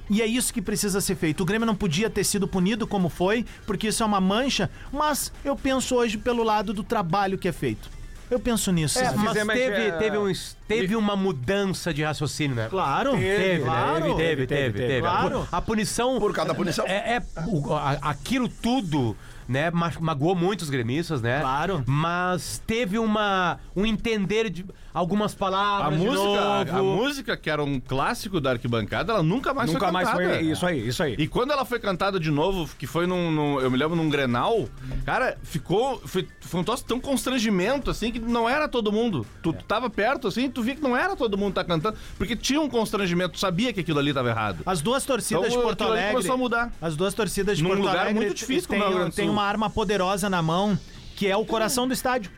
E é isso que precisa ser feito. O Grêmio não podia ter sido punido como foi, porque isso é uma mancha, mas eu penso hoje pelo lado do trabalho que é feito. Eu penso nisso. sabe?
Mas
Fizemos-
teve,
é-
teve, um es- teve uma mudança de raciocínio, né?
Claro,
Teve,
claro.
né? teve, teve, teve,
teve,
teve.
Claro.
A punição.
Por causa da punição.
É, é- o- a- aquilo tudo né? ma- Magoou muitos gremistas, né?
Claro.
Mas teve uma um entender de algumas
A
palavras de
música, a
novo.
música, que era um clássico da arquibancada, ela nunca mais
Nunca
foi
mais
cantada.
foi. Isso aí, isso aí.
E quando ela foi cantada de novo, que foi num. num- eu me lembro num Grenal, cara, ficou. Foi, foi um troço tão constrangimento, assim, que não era todo mundo. Tu,
É.
tu tava perto, assim, tu via que não era todo mundo que tá cantando. Porque tinha um constrangimento, tu sabia que aquilo ali tava errado.
As duas torcidas
Então,
de Porto
aquilo ali
Alegre.
começou a mudar.
As duas torcidas de
Num
Porto
lugar
Alegre
muito difícil
tem,
como é o Rio Grande do
tem
Sul.
uma arma poderosa na mão, que é o coração do estádio.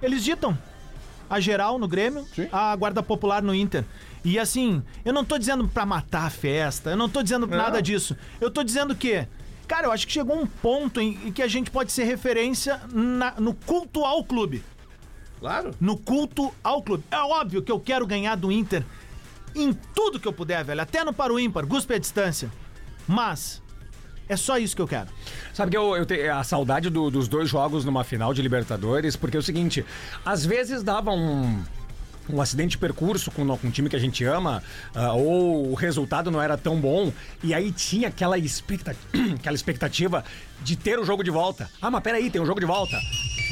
Eles ditam. A geral no Grêmio, a Guarda Popular no Inter. E assim, eu não tô dizendo pra matar a festa, eu não tô dizendo nada disso. Eu tô dizendo que, cara, eu acho que chegou um ponto em em que a gente pode ser referência na- no culto ao clube
Claro.
no culto ao clube. É óbvio que eu quero ganhar do Inter em tudo que eu puder, velho. Até no para o ímpar, guspe à distância. Mas é só isso que eu quero.
Sabe que eu, eu tenho a saudade do- dos dois jogos numa final de Libertadores, porque é o seguinte, às vezes dava um. Um acidente de percurso com, no- com um time que a gente ama, ah, ou o resultado não era tão bom, e aí tinha aquela, expecta aquela expectativa de ter o jogo de volta. Ah, mas peraí, tem o jogo de volta.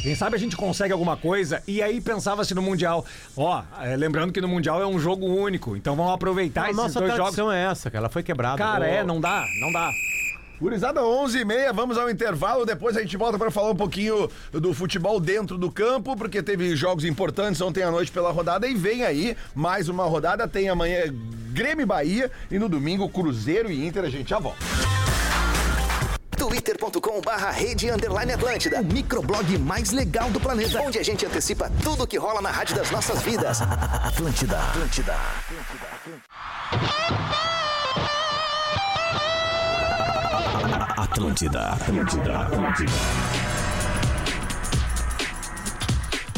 Quem sabe a gente consegue alguma coisa, e aí pensava-se no Mundial. Ó, eh, lembrando que no Mundial é um jogo único, então vamos aproveitar
A
esses
nossa
dois jogos.
tradição é essa, cara. Ela foi quebrada.
Cara,
Ô,
é, não dá, não dá.
Gurizada, 11h30, vamos ao intervalo. Depois a gente volta para falar um pouquinho do futebol dentro do campo, porque teve jogos importantes ontem à noite pela rodada. E vem aí mais uma rodada. Tem amanhã Grêmio e Bahia e no domingo Cruzeiro e Inter. A gente já volta.
twitter.com barra rede underline Atlântida, o microblog mais legal do planeta, onde a gente antecipa tudo que rola na rádio das nossas vidas. Atlântida, Atlântida.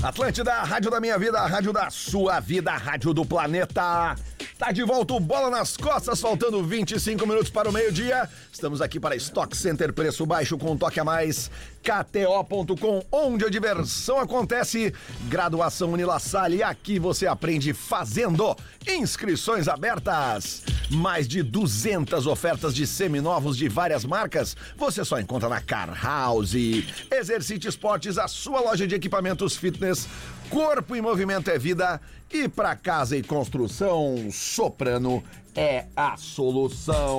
Atlântida, a rádio da minha vida, a rádio da sua vida, a rádio do planeta. Tá de volta o Bola nas Costas, faltando 25 minutos para o meio-dia. Estamos aqui para Stock Center, preço baixo com um toque a mais. KTO.com, onde a diversão acontece. Graduação Unilassalle, aqui você aprende fazendo. Inscrições abertas. Mais de 200 ofertas de seminovos de várias marcas. Você só encontra na Car House. Exercite Esportes, a sua loja de equipamentos fitness. Corpo em movimento é vida. E para casa e construção, Soprano é a solução.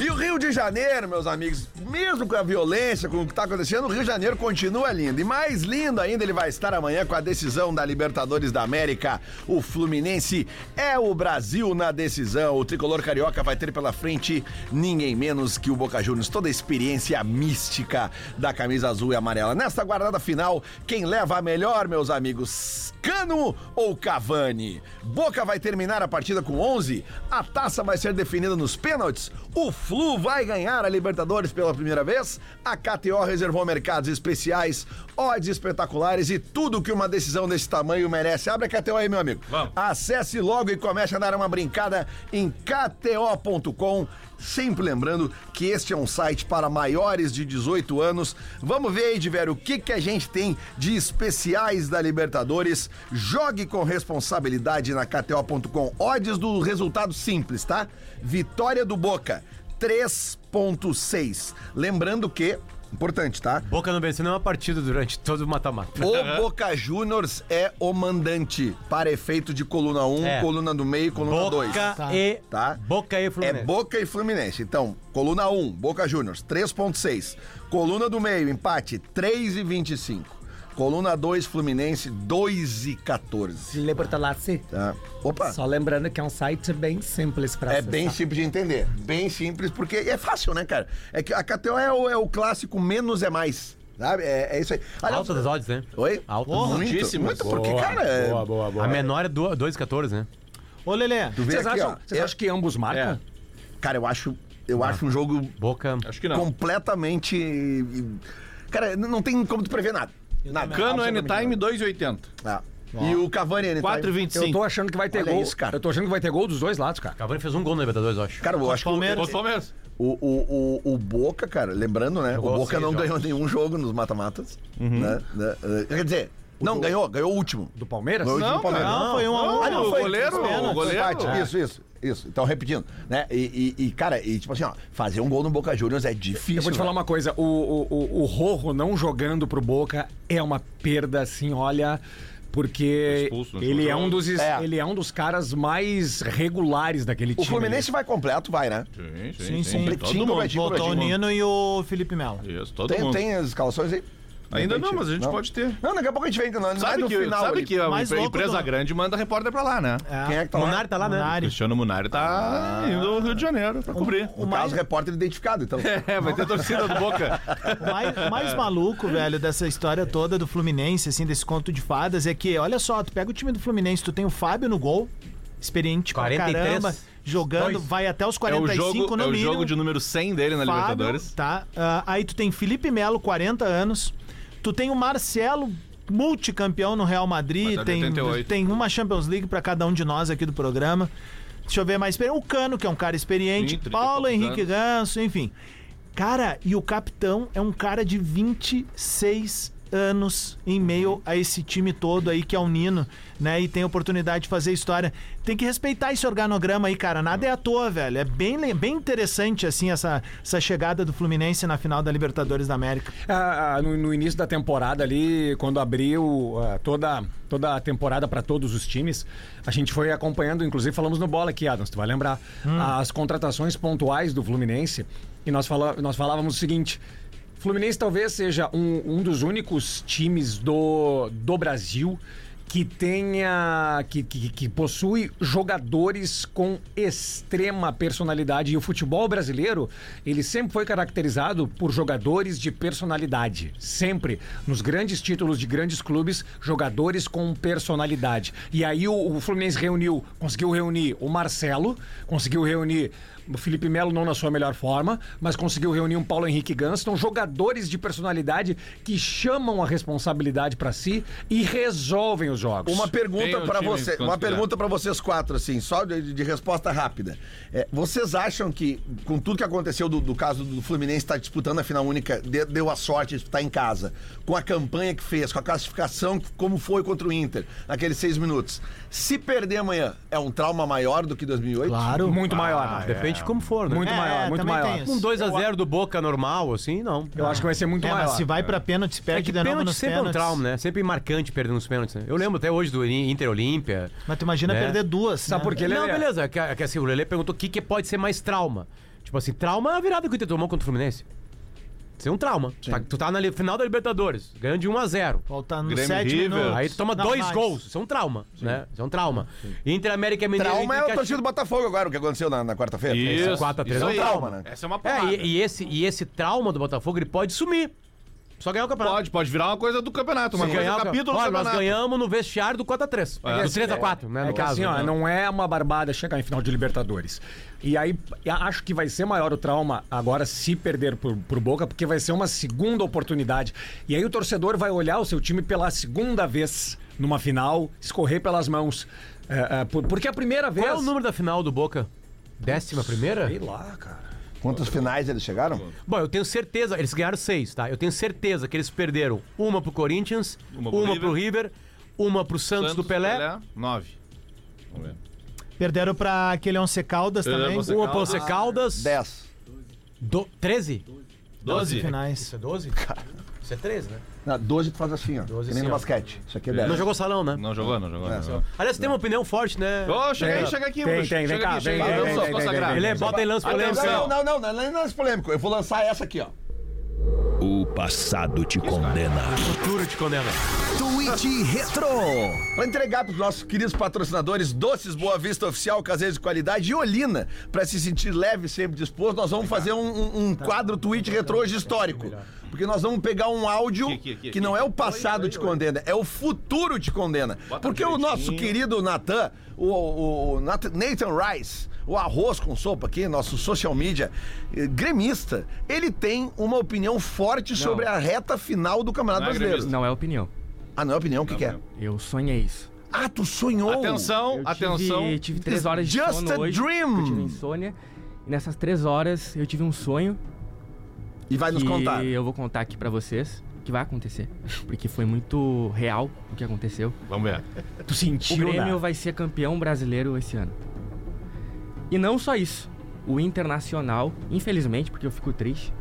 E o Rio de Janeiro, meus amigos, mesmo com a violência, com o que está acontecendo, o Rio de Janeiro continua lindo. E mais lindo ainda ele vai estar amanhã com a decisão da Libertadores da América. O Fluminense é o Brasil na decisão. O tricolor carioca vai ter pela frente ninguém menos que o Boca Juniors. Toda a experiência mística da camisa azul e amarela. Nesta guardada final, quem leva a melhor, meus amigos? Cano ou Cavani? Boca vai terminar a partida com 11, a taça vai ser definida nos pênaltis, o Flu vai ganhar a Libertadores pela primeira vez, a KTO reservou mercados especiais, odds espetaculares e tudo que uma decisão desse tamanho merece. Abre a KTO aí, meu amigo.
Vamos.
Acesse logo e comece a dar uma brincada em kto.com. Sempre lembrando que este é um site para maiores de 18 anos. Vamos ver aí, Diverio, o que, que a gente tem de especiais da Libertadores. Jogue com responsabilidade na KTO.com. Odds do resultado simples, tá? Vitória do Boca, 3.6. Lembrando que, importante, tá?
Boca não venceu nenhuma partida durante todo o mata-mata.
O Boca Juniors é o mandante para efeito de coluna 1,
É.
coluna do meio e coluna 2.
Boca e...
Tá?
Boca e Fluminense.
É Boca e Fluminense. Então, coluna 1, Boca Juniors, 3.6. Coluna do meio, empate, 3,25. Coluna 2, Fluminense, 2,14. Tá? Opa,
Só lembrando que é um site bem simples pra
é bem simples de entender. Bem simples, porque é fácil, né, cara? É que a KTO é o, é o clássico menos é mais. Sabe? É, é isso aí. Aliás,
Alta das odds, né?
Oi?
Alta.
muito,
Altíssimas.
muito, porque, cara. é-
A menor é do- 2,14, né?
Ô, Lelê,
Tu vê
Vocês,
aqui,
acham,
ó.
vocês
é-
acham que ambos marcam?
Cara, eu acho, eu acho um jogo
Boca...
Acho que não.
completamente. Cara, n- não tem como tu prever nada. Nada.
Cano
Absolutamente
Anytime 2,80.
nada. Ah. E o Cavani
tá
Anytime.
4,25.
Eu tô achando que vai ter
Olha
gol.
isso, cara.
Eu tô achando que vai ter gol dos dois lados, cara.
Cavani fez um gol na Libertadores, eu acho.
Cara, eu acho que o,
Contra o Palmeiras.
o, o, o, o Boca, cara, lembrando, né? O
Jogou
Boca
seis
não
jogos.
ganhou nenhum jogo nos mata-matas. né, né, eh, Quer dizer, Não, ganhou, ganhou o último.
Do Palmeiras?
Ganhou o último
Não,
do Palmeiras.
cara,
Não, foi um a um.
Ah, não,
Não,
o
foi
goleiro,
três
o
pênaltis.
goleiro.
Empate, Isso, isso, isso. Então, repetindo, né? E, e- e, cara, e tipo assim, ó, fazer um gol no Boca Juniors é difícil.
Eu vou te falar
velho.
uma coisa, o, o, o, o Rojo não jogando pro Boca é uma perda, assim, olha, porque
Expulso, né?
ele é, um dos, es-
É.
ele é um dos caras mais regulares
O
daquele um time. né?
Fluminense vai completo, vai, né?
Sim,
Sim, sim.
Todo
Completinho,
mundo.
completinho,
Botou o
completinho.
Nino e o Felipe Melo.
Isso, todo
Tem,
mundo.
tem as escalações aí?
Ainda não,
Repetindo.
mas a gente pode ter.
Não, daqui a pouco a gente vem. Não, não é
Sabe
no
que,
final.
sabe
ali.
que a
Mais
empre-
louco
empresa
do-
grande manda repórter pra lá, né?
Quem é que tá lá?
Monari tá lá, né?
O Cristiano Munari tá indo ao Rio de Janeiro pra cobrir.
No caso, repórter identificado, então.
É, vai ter torcida do Boca. É
O mais, o mais maluco, velho, dessa história toda do Fluminense, assim, desse conto de fadas, é que, olha só, tu pega o time do Fluminense, tu tem o Fábio no gol, experiente pra
43,
caramba, jogando,
dois.
vai até os
É o
45
jogo,
no
é o
mínimo.
jogo de número 100 dele na
Fábio,
Libertadores.
Tá. Ah, aí tu tem Felipe Melo, 40 anos. Tu tem o Marcelo, multicampeão no Real Madrid.
Marcelo de
Tem,
88.
tem uma Champions League pra cada um de nós aqui do programa. Deixa eu ver mais. experiente. O Cano, que é um cara experiente.
Sim, 30 e
Paulo
poucos
Henrique
anos.
Ganso, enfim. Cara, e o capitão é um cara de 26 anos em meio a esse time todo aí que é o Nino, né? E tem oportunidade de fazer história. Tem que respeitar esse organograma aí, cara. Nada é à toa, velho. É bem, le- bem interessante, assim, essa, essa chegada do Fluminense na final da Libertadores da América.
Ah, ah, no, no início da temporada ali, quando abriu ah, toda, toda a temporada para todos os times, a gente foi acompanhando, inclusive falamos no bola aqui, Adams, tu vai lembrar, as contratações pontuais do Fluminense e nós, fala, nós falávamos o seguinte. Fluminense talvez seja um, um dos únicos times do, do Brasil que tenha. Que, que, que possui jogadores com extrema personalidade. E o futebol brasileiro, ele sempre foi caracterizado por jogadores de personalidade. Sempre. Nos grandes títulos de grandes clubes, jogadores com personalidade. E aí o, o Fluminense reuniu, conseguiu reunir o Marcelo, conseguiu reunir. O Felipe Melo não na sua melhor forma, mas conseguiu reunir um Paulo Henrique Ganso. Então, jogadores de personalidade que chamam a responsabilidade pra si e resolvem os jogos.
Uma
Tem
pergunta
o
pra
time é?
você,
enquanto
uma
quiser.
pergunta para vocês quatro assim, só de, de resposta rápida. É, vocês acham que com tudo que aconteceu do, do caso do Fluminense estar disputando a final única, de- deu a sorte de estar em casa, com a campanha que fez, com a classificação como foi contra o Inter, naqueles seis minutos. Se perder amanhã, é um trauma maior do que 2008?
Muito maior.
Depende de como for,
Ah, é.
né?
Muito
É,
maior, muito
também
maior.
tem isso.
Um 2x0 do Boca normal, assim, não.
Eu acho que vai ser muito
É,
maior.
mas se vai pra pênalti, espera
É que
que dê nome
pênalti
nos
sempre é um
pênaltis.
trauma, né? Sempre marcante perder nos pênaltis. né? Eu lembro até hoje do Inter Olímpia.
Mas tu imagina
Né?
perder duas.
Sabe
né?
por quê?
Não,
Lelê?
beleza. Que, que assim, o Lelê perguntou o que, que pode ser mais trauma. Tipo assim, trauma é a virada que o Inter tomou contra o Fluminense. Isso é um trauma. Tá- tu tá na li- final da Libertadores, ganhando de 1x0.
Faltando
Grêmio
sete
River.
minutos.
Aí tu toma
Não,
dois
mais.
gols. Isso é um trauma, né? Isso é um trauma. Inter América Mineiro.
Trauma
Inter
é o
Caxi-
torcida do Botafogo agora, o que aconteceu na, na quarta-feira.
Isso,
quatro a três
isso
é um
aí.
trauma, né?
Essa é uma
É,
porrada.
e, e esse, e esse trauma do Botafogo, ele pode sumir. Só ganhar o campeonato.
Pode, pode virar uma coisa do campeonato, uma
Sim.
coisa
ganhar
do
o
capítulo
capítulo
do
Olha, nós
campeonato.
ganhamos no vestiário do 4x3.
É.
do 3x4, né? No
É que
caso.
assim, ó,
né?
não é uma barbada chegar em final de Libertadores. E aí, e acho que vai ser maior o trauma agora se perder pro, pro Boca, porque vai ser uma segunda oportunidade. E aí o torcedor vai olhar o seu time pela segunda vez numa final, escorrer pelas mãos. É, é, por- porque a primeira vez...
Qual é o número da final do Boca? Décima primeira?
Sei lá, cara.
Quantos finais eles chegaram?
Bom, eu tenho certeza, eles ganharam seis, tá? Eu tenho certeza que eles perderam uma pro Corinthians,
Uma
uma
pro
pro, River. uma pro Santos, do Pelé,
Nove. Vamos ver.
Perderam pra aquele Once Caldas
Perderam
também.
pra Once
uma pro Você Caldas,
Ah, Dez.
do, 13?
Doze.
finais.
é 12? Isso é 13, né?
Não, 12 tu faz assim, ó. que nem
assim,
no
ó.
basquete. Isso aqui é 10.
Não jogou salão, né?
Não jogou, não jogou. não jogou.
Aliás, tem uma opinião forte, né?
Ô, chega aí,
Tem,
chega aqui,
tem,
bruxo.
tem, vem
chega
cá,
aqui,
vem,
chega aqui,
vem,
vamos
vem,
aos
vem,
consagrados.
Ele é, bota em lance polêmico.
Não, não, não, não, não é lance polêmico. Eu vou lançar essa aqui, ó.
O passado te condena.
Futuro te condena.
Tweet Retro.
Para entregar para os nossos queridos patrocinadores Doces Boa Vista Oficial, Caseiros de Qualidade e Olina, para se sentir leve e sempre disposto, nós vamos fazer um, um-
Tá.
um quadro tweet retrô hoje histórico. Porque nós vamos pegar um áudio
Aqui, aqui, aqui,
que não é o passado te condena, é o futuro te condena. Porque o nosso querido Natan, o, o- o Nat- Nathan Rice, o arroz com sopa aqui, nosso social media eh, gremista, ele tem uma opinião forte sobre a reta final do Campeonato
Não é
Brasileiro.
gremista.
Não é opinião.
Ah, não é opinião? O que, que é?
Eu sonhei isso.
Ah, tu sonhou!
Atenção,
Eu
atenção.
Tive, tive três horas de
Just
sono
a
hoje,
dream.
porque Eu tive insônia. E nessas três horas eu tive um sonho
E vai nos
que
contar.
É. eu vou contar aqui pra vocês. que vai acontecer. Porque foi muito real o que aconteceu.
Vamos ver.
Tu
O
sentiu,
Grêmio
né?
vai ser campeão brasileiro esse ano. E não só isso. O Internacional, infelizmente, porque eu fico triste,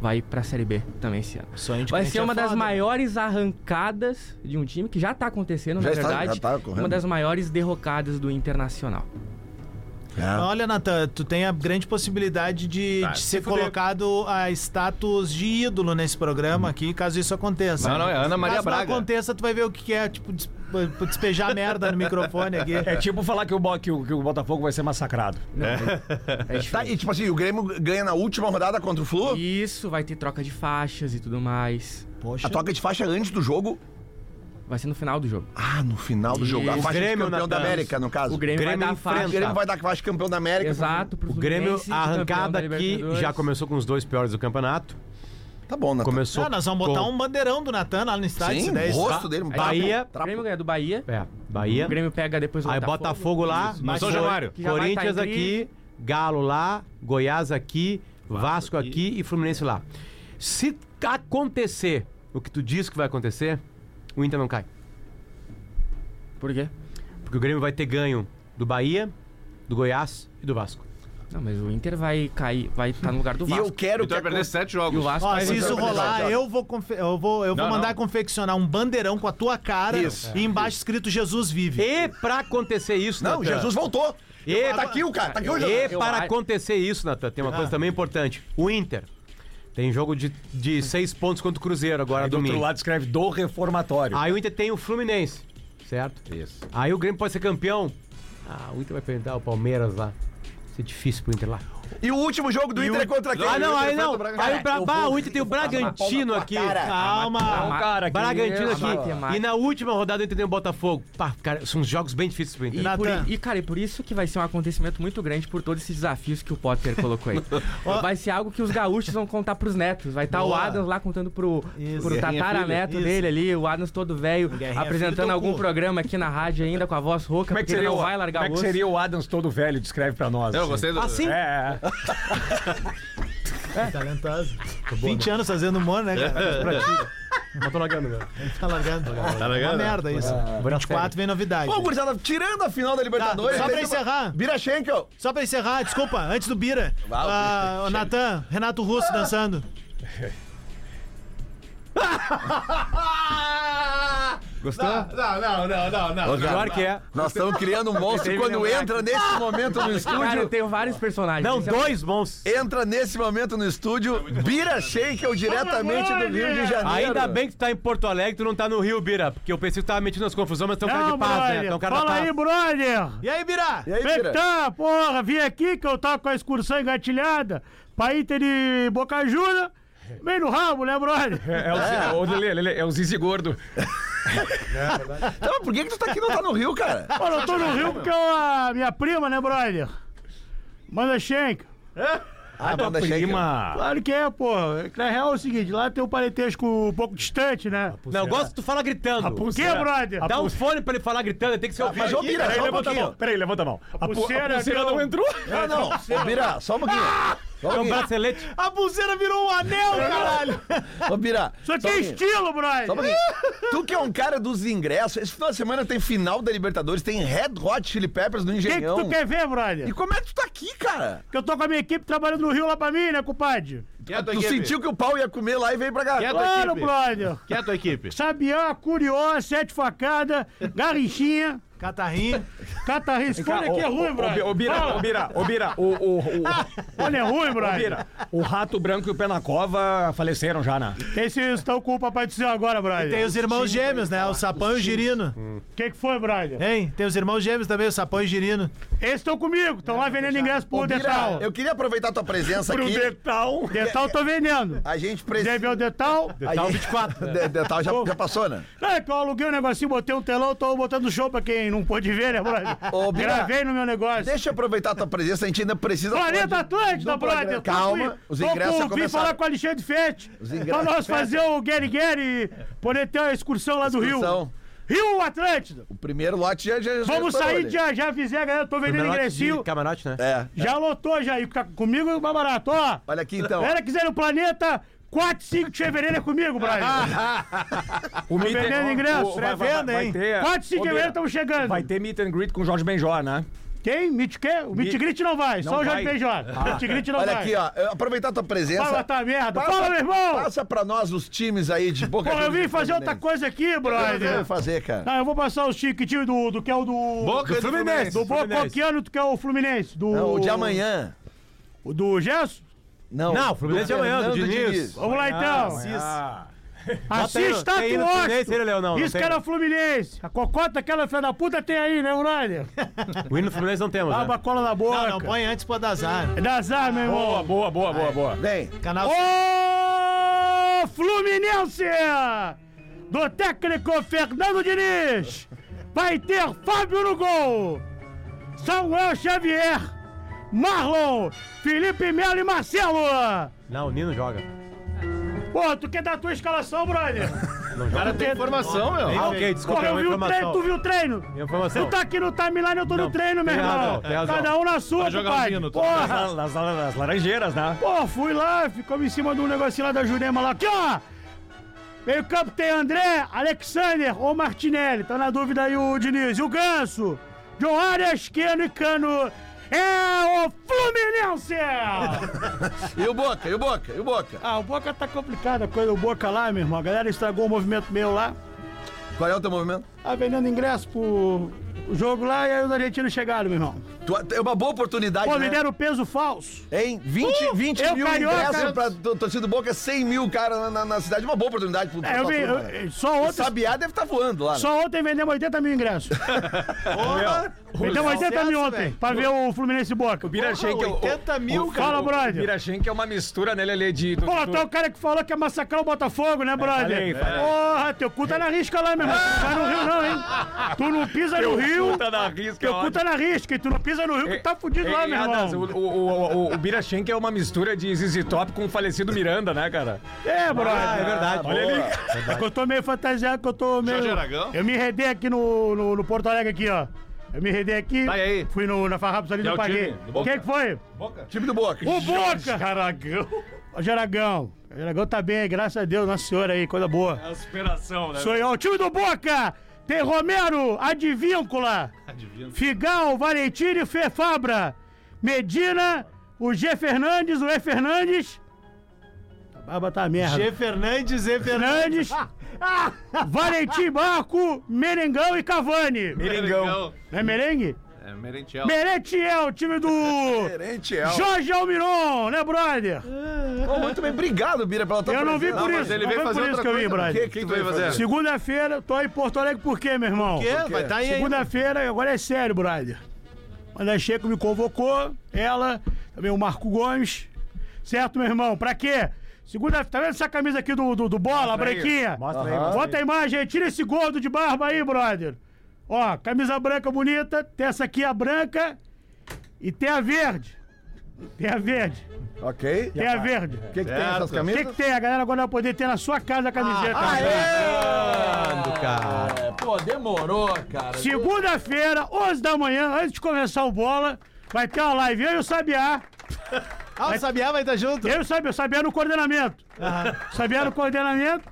vai pra Série B também esse ano.
Sonho de
Vai
crente
ser
é
uma das
foda, né?
maiores arrancadas de um time que já tá acontecendo,
Já
na
está-
verdade.
já tá ocorrendo.
uma das maiores derrocadas do Internacional.
Ah.
Ah.
Olha, Natan, tu tem a grande possibilidade de, de ser colocado a status de ídolo nesse programa aqui, caso isso aconteça.
Não, não, é Ana Maria
caso
Braga.
não aconteça, tu vai ver o que que é, tipo, des- despejar merda no microfone aqui.
É tipo falar que o, Bo- que o- que o Botafogo vai ser massacrado.
É.
É
Tá, e tipo assim, o Grêmio ganha na última rodada contra o Flu.
Isso, vai ter troca de faixas e tudo mais.
Poxa,
A toca de faixa antes do jogo.
Vai ser no final do jogo.
Ah, no final do jogo. A
o
faixa
Grêmio,
de campeão da
Natan.
América, no caso. Ah,
O Grêmio, vai dar a
O
faixa.
Grêmio vai dar a faixa de campeão da América.
Exato, pro
O Grêmio,
Fluminense,
a
campeão da
arrancada que
Libertadores.
já começou com os dois piores do campeonato.
Tá bom, Natan.
Começou.
Ah, nós vamos botar
com-
um bandeirão do Natan lá no estádio.
Sim,
se der
o
isso.
rosto dele. um trapo,
Bahia.
O
trapo.
tá é Grêmio ganha do Bahia.
É, Bahia.
O Grêmio pega depois o
Aí Botafogo lá,
Mas São
Cor-
Januário.
Que já vai
Corinthians
tá entre-
aqui, Galo lá, Goiás aqui, Vasco aqui e Fluminense lá. Se acontecer o que tu diz que vai acontecer, o Inter não cai.
Por quê?
Porque o Grêmio vai ter ganho do Bahia, do Goiás e do Vasco.
Não, mas o Inter vai cair, vai estar no lugar do
E
Vasco.
eu quero
Então vai
que
perder sete jogos.
E o Vasco
Ó,
vai
se isso
Vai, vai, vai,
rolar,
vai.
eu vou, confe- eu vou, eu vou
Não,
mandar
não.
confeccionar um bandeirão com a tua cara
Isso.
e embaixo escrito Jesus vive.
E pra acontecer isso,
Não,
Natan,
Jesus voltou.
E-
Tá aqui o cara, tá aqui o
E
Jesus.
para
acho-
acontecer isso, Natan, tem uma coisa também importante. O Inter tem jogo de, de seis pontos contra o Cruzeiro agora
Aí do
domingo.
outro lado escreve do reformatório.
Aí o Inter tem o Fluminense, certo?
Isso.
Aí o Grêmio pode ser campeão. Ah, o Inter vai enfrentar o Palmeiras lá. Vai ser difícil pro Inter lá.
E o último jogo do Inter é contra quem?
Ah, não, aí não. Aí o, Bra...
eu
bah,
vou-
o Inter tem o
eu vou passar na
Bragantino aqui.
A
Calma.
ma-
cara, que
Bragantino
a
aqui.
matemática-
E na última rodada o Inter tem o Botafogo. Pá, cara, são jogos bem difíceis pro Inter.
E, por,
Natan.
e, cara, e por isso que vai ser um acontecimento muito grande por todos esses desafios que o Potter colocou aí. vai ser algo que os gaúchos vão contar pros netos. Vai estar o
Boa.
Adams lá contando pro,
Isso.
pro
Guerrinha
tataraneto
Filho.
dele ali, o Adams todo velho,
Guerrinha Filho
apresentando
do
algum
cu.
programa aqui na rádio ainda com a voz rouca,
Como é que
porque ele
seria,
não
o,
vai largar
como é
o
que
osso.
seria o Adams todo velho? Descreve pra nós.
Eu
assim.
gostei do.
Assim,
É, é.
Talentosa. 20 anos fazendo humor, né, cara? Pra ti.
Botou na câmera.
Tá largando. Tá
largando?
Uma merda isso. 24 vem novidade.
Ô, gurizada, tirando a final da Libertadores.
Tá, só pra
tem uma-
encerrar.
Bira Schenkel.
Só pra encerrar, desculpa, antes do Bira. Ah, o Natan, Renato Russo dançando.
Gostou?
Não, não, não, não, não.
Pior que é.
Nós estamos criando um monstro quando entra nesse momento no
Cara, eu
estúdio.
tenho vários personagens.
Não,
Esse é-
dois bons.
Entra nesse momento no estúdio, Bira Schenkel diretamente do Rio de Janeiro.
Ainda bem que tu tá em Porto Alegre, tu não tá no Rio, Bira. Porque eu pensei que tu tava metido nas confusões, mas tão cara de paz, né? Tão cara da paz.
brother!
E aí, Bira?
E aí, Bira?
Tá, porra, vim aqui que eu tava com a excursão engatilhada pra Inter de Boca Juniors. Bem no rabo, né, brother?
É, é o, Zi- Ô, Lelê, Lelê, é o Zizi Gordo.
Então, por que, que tu tá aqui e não tá no Rio, cara?
Mano, eu tô no Rio porque eu, a minha prima, né, brother? Manda Schenk.
Ah, manda
Prima.
Claro que é, porra. É que Na real é o seguinte, lá tem um parentesco um pouco distante, né?
Não, eu gosto que tu fala gritando.
Por que, brother?
Dá um fone pra ele falar gritando, ele tem que ser ouvido.
Mas, ô, Bira,
Peraí,
só um
levanta a mão.
pouquinho.
Peraí, levanta a mão. A, pu-
pulseira
a pulseira
que eu-
não entrou.
Não, não. Ô, Bira, só um pouquinho. Só um
É um
pouquinho.
bracelete.
A pulseira virou um anel, caralho!
Ô, Bira.
Isso aqui
só um
é
pouquinho.
estilo,
Só um
brother!
pouquinho. Tu que é um cara dos ingressos, esse final de semana tem final da Libertadores, tem Red Hot Chili Peppers no
O que, que
Engenhão.
tu quer ver, brother?
E como é que tu tá aqui, cara?
Que eu tô com a minha equipe trabalhando no Rio lá pra mim, né, compadre?
Quieto
Tu
aqui, é
sentiu que o pau ia comer lá e veio pra cá.
Quieto
Claro,
aqui, Bi.
brother!
Quieto, equipe.
Sabiá, Curió, Sete Facada, Garrinchinha,
Catarrinho.
Catarris. Fone aqui é ruim, brother.
Ô, ô, Bira, ô, Bira, ô, Bira, o, o, o,
Fone é ruim,
ô,
brother.
Bira, o Rato Branco e o Pé na Cova faleceram já, né?
Tem esse estão com o papai do céu agora, brother.
Tem os irmãos gêmeos, né? O Sapão e o Girino.
O que, que foi, brother?
Hein? Tem os irmãos gêmeos também, o Sapão e o Girino.
Eles estão comigo, estão lá vendendo ingresso pro
Ô, Bira,
Detal.
eu queria aproveitar tua presença
Pro
aqui.
Detal.
Detal tô vendendo.
A gente
Deve
precisa.
Tá o Detal.
Tá um
Detal 24. Detal já, já passou, né?
Não, é que eu aluguei um negocinho, botei um telão, tô botando show pra quem não pôde ver, né, brother?
Ô, Bira,
Gravei no meu negócio. tá
Deixa eu aproveitar tua presença, a gente ainda precisa. falar
Planeta
de-
Atlântida,
do
brother.
programa.
tô
Calma,
com-
os
tô
ingressos já
com- Vim
começaram.
falar com o Alexandre Fete pra
ingressos
nós fazer o Guerre Guerre e poder ter uma excursão lá do
Excursão.
Rio. Rio Atlântida.
O primeiro lote já. já já estourou
Vamos sair,
ali.
já, já fizer, galera. Tô vendendo
Camarote de
ingressinho.
camarote, né?
É.
Já lotou, já. E fica comigo é mais barato, ó.
Olha aqui então.
Galera, quiser no planeta, 4 5 de fevereiro é comigo, Brian.
O meet and-
Tá vendendo ingresso,
o- vai- vai-
pré-venda,
vai
hein?
ter-
4 5
Ô,
de
Bira,
fevereiro estamos chegando.
Vai ter meet and greet com o Jorge Benjó, né?
Quem? Mitch quê? O Mitch Grit não vai, só o
vai.
Jorge PJ. Mitch Grit não
Olha
vai.
aqui, ó. eu Aproveitar tua presença.
Fala tá merda.
Passa-
Fala, meu irmão.
Passa pra nós os times aí de boca.
Pô, eu
Juniors
vim
e
fazer outra
Fluminense.
coisa aqui,
Eu não sei
brother.
fazer, cara.
Ah, eu vou passar o chique time do, do que é o do.
Boca do
do
Fluminense.
Do Boca,
Fluminense.
qual que ano tu quer o Fluminense? Do,
Não, o de amanhã.
o Do Gesso?
Não,
Não, o Fluminense
do
de amanhã, do
Fernando
Diniz.
Vamos lá então. Assista
um- Tem aí no
a
Fluminense, ele, Leonão, não
Isso
tem?
que era Fluminense. A cocota, aquela filha da puta, tem aí, né, Uralha?
O hino do Fluminense não temos,
Dá
né?
Ah, uma cola na boca.
Não, não põe antes pra dar azar.
É da azar, meu irmão.
boa, boa, boa, boa.
Vem.
Canal
Ô, Fluminense! Do técnico Fernando Diniz. Vai ter Fábio no gol. Samuel Xavier. Marlon. Felipe Melo e Marcelo.
Não, o Nino joga.
Pô, tu quer dar a tua escalação, brother?
Não joga.
Tem informação, meu.
Ah, ok, desculpa,
Porra,
é uma
eu vi o treino,
informação.
tu viu o treino?
É uma informação.
Tu tá aqui no timeline, eu tô no
Não,
treino, meu
tem
irmão.
razão, tem razão.
Cada um na sua,
Vai jogar um
pai.
hino, tu
Porra!
Nas, nas laranjeiras, né?
Pô, fui lá, ficamos em cima de um negocinho lá da Jurema lá. Aqui, ó! Meio campo tem André, Alexander ou Martinelli. Tá na dúvida aí o Diniz. E o Ganso. John Arias, Keno e Cano. É o Fluminense!
E o Boca, e o Boca, e o Boca.
ah, o Boca tá complicada a coisa. O Boca lá, meu irmão. A galera estragou o movimento meu lá.
Qual é o teu movimento?
Tá vendendo ingresso pro o jogo lá e aí os argentinos chegaram, meu irmão.
Tu- é uma boa oportunidade,
Pô,
né?
me deram peso falso.
Hein? 20,
Uh,
20
eu
mil
carioca.
ingressos pra to- torcida do Boca, 100 mil, cara, na, na- na cidade. Uma boa oportunidade pro
É, eu vi,
pro-
né,
eu-
pro-
eu- só
O
ontem,
Sabiá deve estar voando lá. né?
só ontem vendemos 80 mil ingressos. Vendemos 80 mil ontem, Então pra ver o Fluminense e Boca.
Bira Schenck é o-
80 mil, cara.
Fala,
o
brother.
Bira Schenck é uma mistura nele ali de... do-
Pô,
do-
tu é o cara que falou que ia massacrar o Botafogo, né,
falei,
brother?
falei.
Porra, teu cu tá na risca lá, meu irmão. Tu não vai no Rio, não, hein? Tu não pisa no Rio,
Puta da risca,
teu cu
ótimo.
tá na risca. E tu não pisa no Rio que tu tá fudido
Ei,
lá,
ei,
meu
Adams,
irmão.
O, o, o, o, o Bira Schenck é uma mistura de ZZ Top com o falecido Miranda, né, cara?
É, brother.
Ah, verdade. Olha ali.
É que eu tô meio fantasiado, que eu tô meio...
Jorge Aragão?
Eu me redei aqui no, no, no Porto Alegre, aqui, ó. Eu me redei aqui.
Tá, e aí?
Fui no, na Farrapos ali, não
o
paguei.
time do Boca?
Quem que foi?
Boca.
Time do Boca.
O Boca! Jaragão. O Jaragão. O Jaragão tá bem, graças a Deus, Nossa Senhora aí, coisa boa. É a superação, né? Sou eu. O time do Boca! Tem Romero, Advíncula, Figal, Valentini, Fê Fabra, Medina, o G Fernandes, o E Fernandes. A barba tá uma merda.
G. Fernandes e Fernandes.
Fernandes, Tá. Valentim Barco, Merengão e Cavani.
Meringão.
Não é merengue?
É, Merentiel.
Merentiel, time do
Diferente, é.
Jorge Almiron, né, brother?
Pô, muito bem, obrigado, Bira, pela tua
Eu não vim
presença.
por
mas
isso,
ele
não
veio
foi
fazer
por isso
outra
que eu vim,
coisa. né?
brother.
O que tu veio fazer?
Segunda-feira, tô aí em Porto Alegre por quê, meu irmão?
É, vai tá aí. ainda.
Segunda-feira, agora é sério, brother. Manda Checo me convocou, ela, também o Marco Gomes. Certo, meu irmão? Pra quê? Segunda, tá vendo essa camisa aqui do, do, do Bola, branquinha? Mostra aí, Bota a imagem aí, tira esse gordo de barba aí, brother. Ó, camisa branca bonita, tem essa aqui a branca e tem a verde. Tem a verde,
Ok.
tem a verde.
O que, que tem essas
O que,
camisas?
que tem? A galera agora vai poder ter na sua casa a camiseta.
Ah, É, pô, demorou, cara.
Segunda-feira, 11 da manhã, antes de começar o bola, vai ter uma live. Eu e o Sabiá.
Ah, o Sabiá vai estar junto.
Eu e o Sabiá, o Sabiá no coordenamento.
Ah.
Sabiá no coordenamento.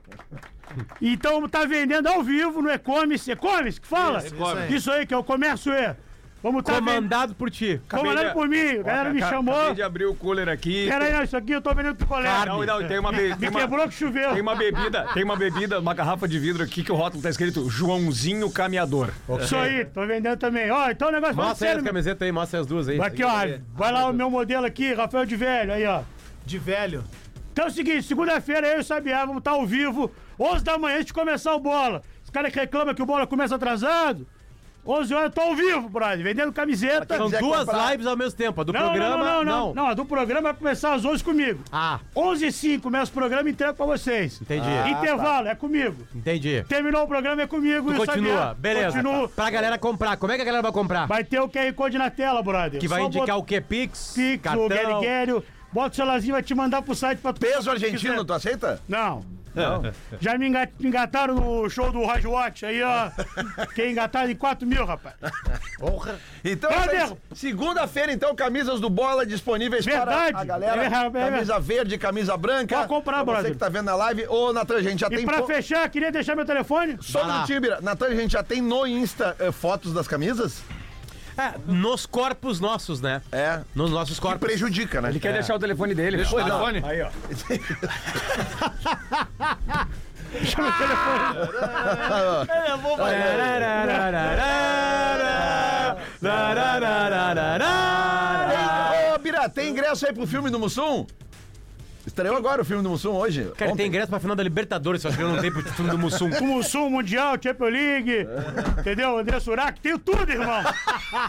Então tá vendendo ao vivo no e-commerce. E-commerce que fala? Isso,
e-commerce.
aí, que é o comércio E. Vamos tá vendendo.
Comandado por ti.
Comandado
de-
por mim. A galera me
Ca-
chamou.
Acabei de abrir o cooler aqui.
Pera aí, não, isso aqui eu tô vendendo picolé.
Não, não, tem uma, be- tem,
Me
uma,
quebrou que choveu.
tem uma bebida, tem uma bebida, uma garrafa de vidro aqui que o rótulo tá escrito Joãozinho Caminhador.
Isso aí, tô vendendo também. Ó, então o negócio vai
Mostra aí as
sério.
camisetas aí, mostra aí as duas aí.
Aqui, ó. Vai lá o meu modelo aqui, Rafael de Velho, aí, ó.
De velho.
Então é o seguinte, segunda-feira eu e o Sabiá vamos estar ao vivo, 11 da manhã, antes de começar o bola. Os caras que reclamam que o bola começa atrasado, 11 horas eu tô ao vivo, brother, vendendo camiseta.
São
quiser
duas
comprar-
lives ao mesmo tempo. A do
Não,
programa,
não, não, não, não, não. a do programa vai começar às 11 comigo.
Ah,
11 h 05 começa o programa e entrego pra vocês.
entendi.
Intervalo, é comigo.
Entendi.
Terminou o programa, é comigo.
Tu
e o
continua,
Sabiá.
beleza. tá,
Continuo.
Pra galera comprar, como é que a galera vai comprar?
Vai ter o QR Code na tela, brother.
que vai
Só
indicar
bota
o quê? Pix?
Pix, o Gueriguério. Bota o celularzinho, vai te mandar pro site pra tu...
Peso argentino,
quiser.
tu aceita?
Não.
Já me enga- me engataram no show do Roger Watch aí, ó. Fiquei engatado em 4 mil, rapaz.
Então,
Vai,
é isso.
Diego.
segunda-feira, então, camisas do Bola disponíveis
Verdade.
para a galera.
É, é, é.
camisa verde, camisa branca.
Pode comprar,
Pra Você
brother.
que tá vendo na live. Ô, Natan, a gente já
E
tem...
pra
fo-
fechar, queria deixar meu telefone.
Só no Tibira. Natan, a gente já tem no Insta eh, fotos das camisas?
É, nos corpos nossos, né?
É.
Nos nossos corpos.
Prejudica, né?
Ele quer deixar o telefone dele.
É. Deixa o telefone.
Aí, ó.
Deixa meu telefone.
Ô, Bira, tem ingresso aí pro filme do Mussum? Estreou agora o filme do Mussum hoje.
Cara, tem
Ontem.
ingresso pra final da Libertadores, só que eu não tenho pro filme do Mussum.
Como Sul, Mundial, Champions League, entendeu? André Surak, tenho tudo, irmão.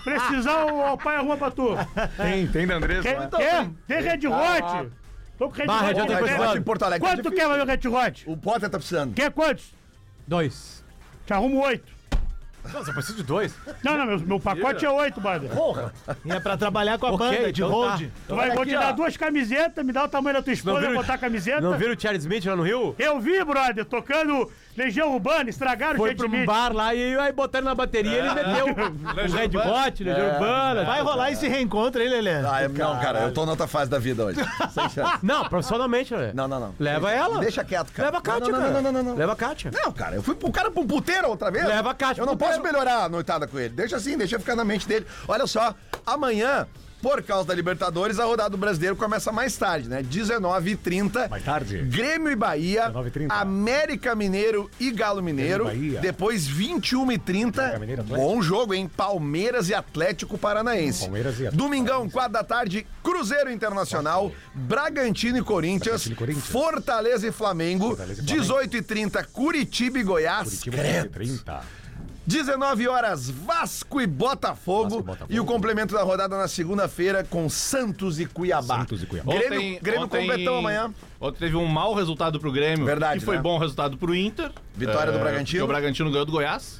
Precisar, o, o pai arruma pra tu.
Tem, tem da Andressa. né? Ah.
Quer? quer? Tem Red Hot? Tô com Red
Bah, Red Hot
Hot.
é
também.
Red Hot em Porto Alegre.
Quanto tu quer meu Red Hot?
O Potter tá precisando.
Quer quantos?
Dois.
Te arrumo oito.
Não, você precisa de dois.
Não, não, meu, meu pacote é oito, brother.
E é pra trabalhar com a
Ok,
banda de
então
hold.
tá.
Tu vai, vou te dar duas camisetas, me dá o tamanho da tua esposa,
viram-
eu vou botar a camiseta.
Não viram o Charles Smith lá no Rio?
Eu vi, brother, tocando Legião Urbana, estragaram o
Foi
Jet
pra um
Smith.
bar lá e aí botaram na bateria e
É.
ele meteu
Né,
o Red Hot, né,
É.
Legião Urbana.
Vai rolar esse reencontro, hein, Lelê?
Ah, é- não, cara, eu tô numa outra fase da vida hoje. Sem chance.
Não, profissionalmente, né?
Não, não, não.
Leva ela.
Deixa quieto, cara.
Leva a Kátia,
não, não,
cara.
não, não, não, não.
Leva a Kátia.
Não, cara, eu fui pro cara pro puteiro outra vez.
Leva a caixa
Eu não
pro
posso
puteiro.
melhorar a noitada com ele. Deixa assim, deixa ficar na mente dele. Olha só, amanhã, por causa da Libertadores, a rodada do brasileiro começa mais tarde, né? 19h30.
Mais tarde.
Grêmio e Bahia.
19h30.
América Mineiro e Galo Mineiro.
Grêmio e Bahia.
Depois 21h30.
Mineiro, Atlético.
Bom jogo, hein? Palmeiras e Atlético Paranaense.
Palmeiras e Atlético
Domingão, 4 da tarde, Cruzeiro Internacional, Bragantino e Corinthians,
Bragantino e Corinthians.
Fortaleza e Flamengo,
Fortaleza e Flamengo.
18h30, Curitiba e Goiás.
Curitiba 30.
19 horas, Vasco e Botafogo.
Vasco e Botafogo.
E o complemento da rodada na segunda-feira com Santos e Cuiabá.
Santos e Cuiabá.
Grêmio, Grêmio com Betão amanhã.
Ontem teve um mau resultado pro Grêmio.
Verdade,
Que foi
né?
bom resultado pro Inter. É,
Vitória
É,
do
porque
Bragantino.
O Bragantino ganhou do Goiás.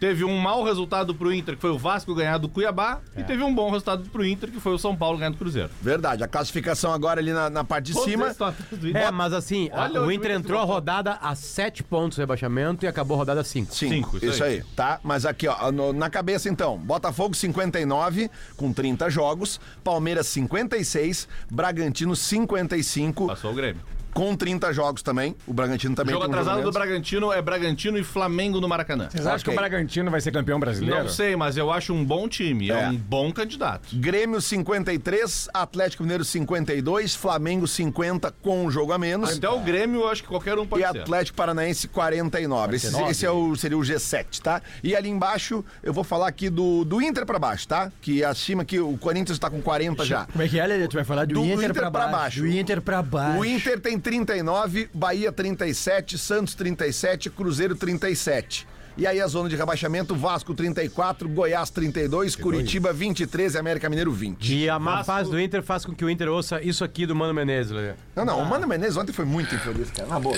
Teve um mau resultado pro Inter, que foi o Vasco ganhar do Cuiabá. E teve um bom resultado pro Inter, que foi o São Paulo ganhar do Cruzeiro.
Verdade, a classificação agora ali na, na parte de
Todos
cima.
esses tópicos do Inter.
É, mas assim, a-
Olha
o
onde
Inter
o Inter
entrou a rodada a 7 pontos do rebaixamento e acabou a rodada a 5.
Cinco,
Cinco,
isso,
isso
aí. tá? Mas aqui, ó, no- na cabeça então, Botafogo 59 com 30 jogos, Palmeiras 56, Bragantino 55
Passou o Grêmio.
com 30 jogos também. O Bragantino também
Jogo
tem um
atrasado do
menos.
Bragantino é Bragantino e Flamengo no Maracanã.
Vocês acham
Ok.
que o Bragantino vai ser campeão brasileiro?
Não sei, mas eu acho um bom time. É,
É.
um bom candidato.
Grêmio 53, Atlético Mineiro 52, Flamengo 50 com um jogo a menos.
Até o Grêmio, eu acho que qualquer um Ah, então pode
E
ser.
Atlético Paranaense 49. Esse, esse é o, seria o G7, tá? E ali embaixo, eu vou falar aqui do, do Inter pra baixo, tá? Que acima que o Corinthians tá com 40 já.
Como é que é, Lelê? Tu vai falar do,
Do
Inter,
Inter
pra,
pra
baixo.
baixo.
Do Inter pra baixo.
O Inter tem 39, Bahia 37, Santos 37, Cruzeiro 37. E aí a zona de rebaixamento, Vasco 34, Goiás 32, Curitiba 23 e América Mineiro 20.
E a má fase do Inter faz com que o Inter ouça isso aqui do Mano Menezes. Lelê.
Não, não, o Mano Menezes ontem foi muito infeliz, cara, na boa.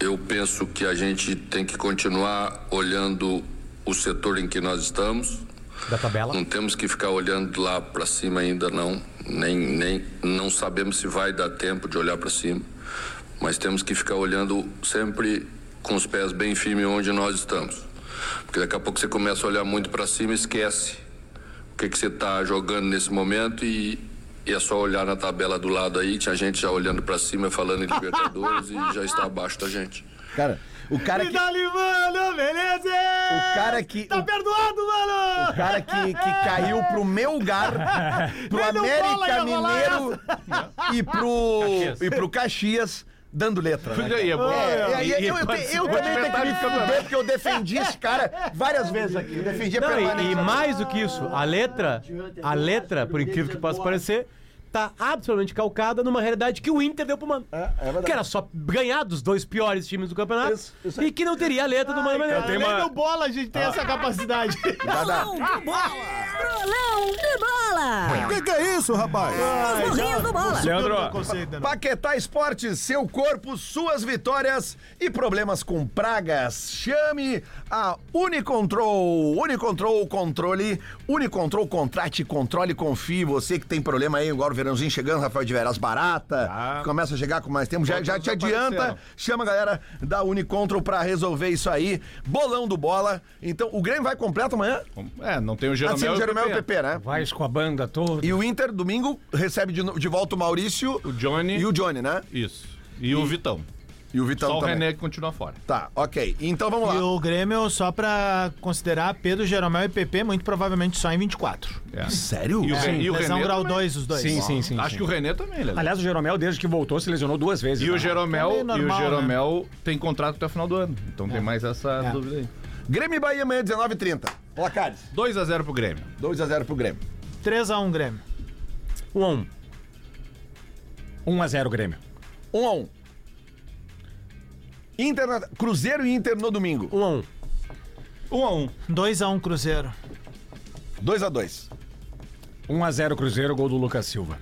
Eu penso que a gente tem que continuar olhando o setor em que nós estamos.
Da tabela.
Não temos que ficar olhando lá para cima ainda não, nem nem não sabemos se vai dar tempo de olhar para cima, mas temos que ficar olhando sempre com os pés bem firmes onde nós estamos. Porque daqui a pouco você começa a olhar muito para cima e esquece o que que você está jogando nesse momento e, e é só olhar na tabela do lado aí, tinha gente já olhando para cima falando em Libertadores e já está abaixo da gente.
Cara, o cara que
Dali, mano, beleza?
o cara é que
tá
o
perdoado, mano!
cara que, que caiu pro meu lugar, pro América Mineiro e pro e pro Caxias dando letra. né?
E aí, é bom.
É, e aí,
E- e
eu, eu,
pode
te-
ser
eu
bom.
também tenho que me fuder, porque eu defendi esse cara várias vezes aqui. Eu defendi a
Não, e, e
permanência.
mais do que isso, a letra, a letra, por incrível que possa parecer, tá absolutamente calcada numa realidade que o Inter deu pro Mano.
É,
que era só ganhar dos dois piores times do campeonato e que não teria a letra do Mano Menezes.
Ah.
um
Nem no bola a gente tem essa capacidade.
Dá, dá.
Rolão de bola!
que é isso, rapaz?
Os burrinhos do bola!
Leandro, né? Paquetá Esportes, seu corpo, suas vitórias e problemas com pragas. Chame a Unicontrol. Unicontrol Controle. Unicontrol Contrate, Controle, Confie. Você que tem problema aí, agora o verãozinho chegando, Rafael de Veras, barata. Começa a chegar com mais tempo. Já, já te adianta. Chama a galera da Unicontrol pra resolver isso aí. Bolão do bola. Então, o Grêmio vai completo amanhã?
É, não tem o
Geromel,
Jeromel.
Assim, o Jeromel e o Pepe, né?
Vai com a banda toda.
E o Inter, domingo, recebe de, no- de volta o Maurício. O
Johnny.
E o Johnny, né?
Isso. E, o Vitão.
E o Vitão
Só
também.
o René que continua fora.
Tá, ok. Então vamos lá.
E o Grêmio, só pra considerar, Pedro, Jeromel e PP, muito provavelmente só em 24.
Sério?
E o,
É,
Ren- e o
lesão
René
grau
também.
2, os dois.
Sim, sim, sim.
Acho
sim.
que o René também, Lelê.
Aliás, o Jeromel, desde que voltou, se lesionou duas vezes.
E o
é
né?
Jeromel,
Também
e o
normal, né?
Jeromel tem contrato até o final do ano. Então
É.
tem mais essa dúvida aí.
Grêmio e Bahia amanhã, 19h30. Placares.
2x0 pro Grêmio.
2x0 pro Grêmio.
3x1 Grêmio.
1x1.
1x0 Grêmio.
1x1. Inter, na- Cruzeiro e Inter no domingo.
1x1.
1x1.
2x1 Cruzeiro.
2x2.
1x0 Cruzeiro, gol do Lucas Silva.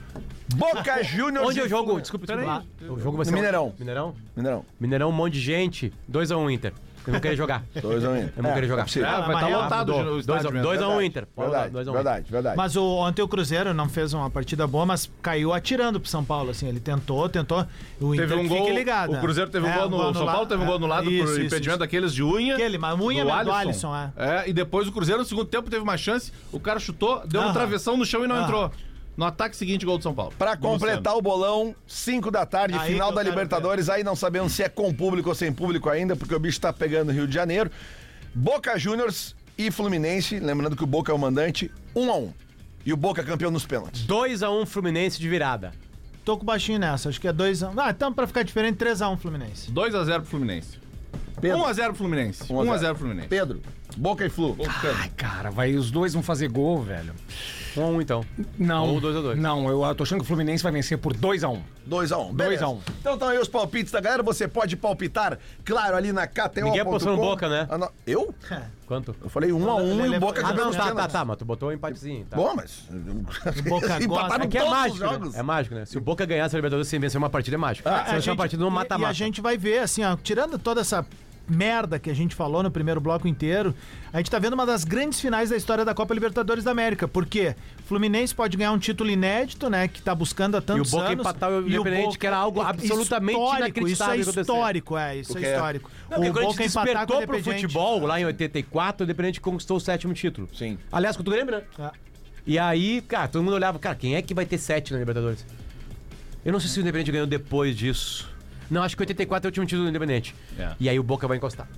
Boca Juniors.
Onde é o jogo? Desculpa,
Peraí.
desculpa. O jogo
No
vai ser
Mineirão.
Mineirão?
Mineirão.
Mineirão, um monte de gente. 2x1 Inter. Eu vou querer jogar.
2x1 Inter.
Eu vou querer
É,
jogar.
é possível.
tá
Ah, mas é lotado
o estádio mesmo.
2x1 Inter. Pode
Verdade,
dar, 2 a 1
verdade, verdade.
Mas o, ontem o Cruzeiro não fez uma partida boa, mas caiu atirando pro São Paulo, assim. Ele tentou, tentou. O
Teve
Inter
um
Então fique
gol.
ligado.
o Cruzeiro teve um
É,
gol no. O São
anulado,
Paulo teve um gol
é.
no lado
Isso,
por
isso,
impedimento
isso.
daqueles de unha.
Aquele, mas unha mesmo, do Alisson,
é. e depois o Cruzeiro no segundo tempo teve uma chance, o cara chutou, deu uma
Aham.
travessão no chão e não
Aham.
entrou. No ataque seguinte, gol do São Paulo.
Pra
Do
completar
Luciano.
o bolão, 5 da tarde,
Aí
final
que eu
da
quero
Libertadores. Aí não sabemos se é com público ou sem público ainda, porque o bicho tá pegando no Rio de Janeiro. Boca Juniors e Fluminense, lembrando que o Boca é o mandante, 1 um a 1 E o Boca campeão nos pênaltis.
2x1 Fluminense de virada.
Tô com baixinho nessa, acho que é 2x1. Ah, então pra ficar diferente, 3x1 Fluminense.
2x0 pro Fluminense. 1x0 pro Fluminense.
1 a 0.
1x0 pro Fluminense.
Pedro, Boca e Flu.
Gol do
Ah,
Cano.
Cara, vai, os dois vão fazer gol, velho.
1x1 então.
Não.
Ou 2x2.
Não, eu tô achando que o Fluminense vai vencer por 2x1.
2x1.
2 a 1.
Então estão aí os palpites da galera. Você pode palpitar, claro, ali na KTO.
Ninguém apostou no Boca, né?
Ah, Eu?
Quanto?
Eu falei 1x1 e o Boca
Ah,
campeão
não,
nos
tá, tá,
pênaltis.
tá, mas tu botou um empatezinho. Tá.
Bom, mas.
Boca gosta.
Empataram
É que é
todos
mágico,
os
né?
jogos.
É mágico, né? Se o Boca ganhar essa Libertadores sem vencer uma partida, é mágico. se vencer uma partida, não
e- E Ah, a
mata-mata.
gente vai ver, assim, ó, tirando toda essa merda que a gente falou no primeiro bloco inteiro, a gente tá vendo uma das grandes finais da história da Copa Libertadores da América. Por quê? Fluminense pode ganhar um título inédito, né, que tá buscando há tantos
Boca
anos.
empatar o Independente, que era algo absolutamente inacreditável
é Isso
acontecer.
é histórico, é, isso
Porque-
é histórico.
Não, porque quando a gente
empatar com o
despertou pro
Independiente-
futebol lá em 84, o Independente conquistou o sétimo título.
Sim.
Aliás, contra o Grêmio, né?
Ah.
E aí, cara, todo mundo olhava, cara, quem é que vai ter sete na Libertadores? Eu não sei se o Independente ganhou depois disso. Não, acho que 84 é o último título do Independente.
É.
E aí o Boca vai encostar.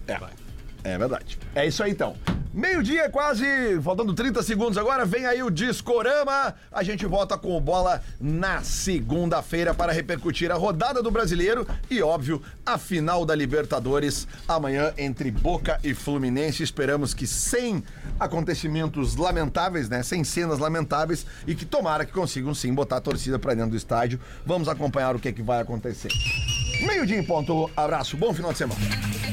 É verdade. É isso aí então. Meio-dia, quase, faltando 30 segundos agora, vem aí o Discorama. A gente volta com o bola na segunda-feira para repercutir a rodada do brasileiro e, óbvio, a final da Libertadores amanhã entre Boca e Fluminense. Esperamos que sem acontecimentos lamentáveis, né? Sem cenas lamentáveis e que tomara que consigam sim botar a torcida para dentro do estádio. Vamos acompanhar o que, é que vai acontecer. Meio-dia em ponto. Abraço, bom final de semana.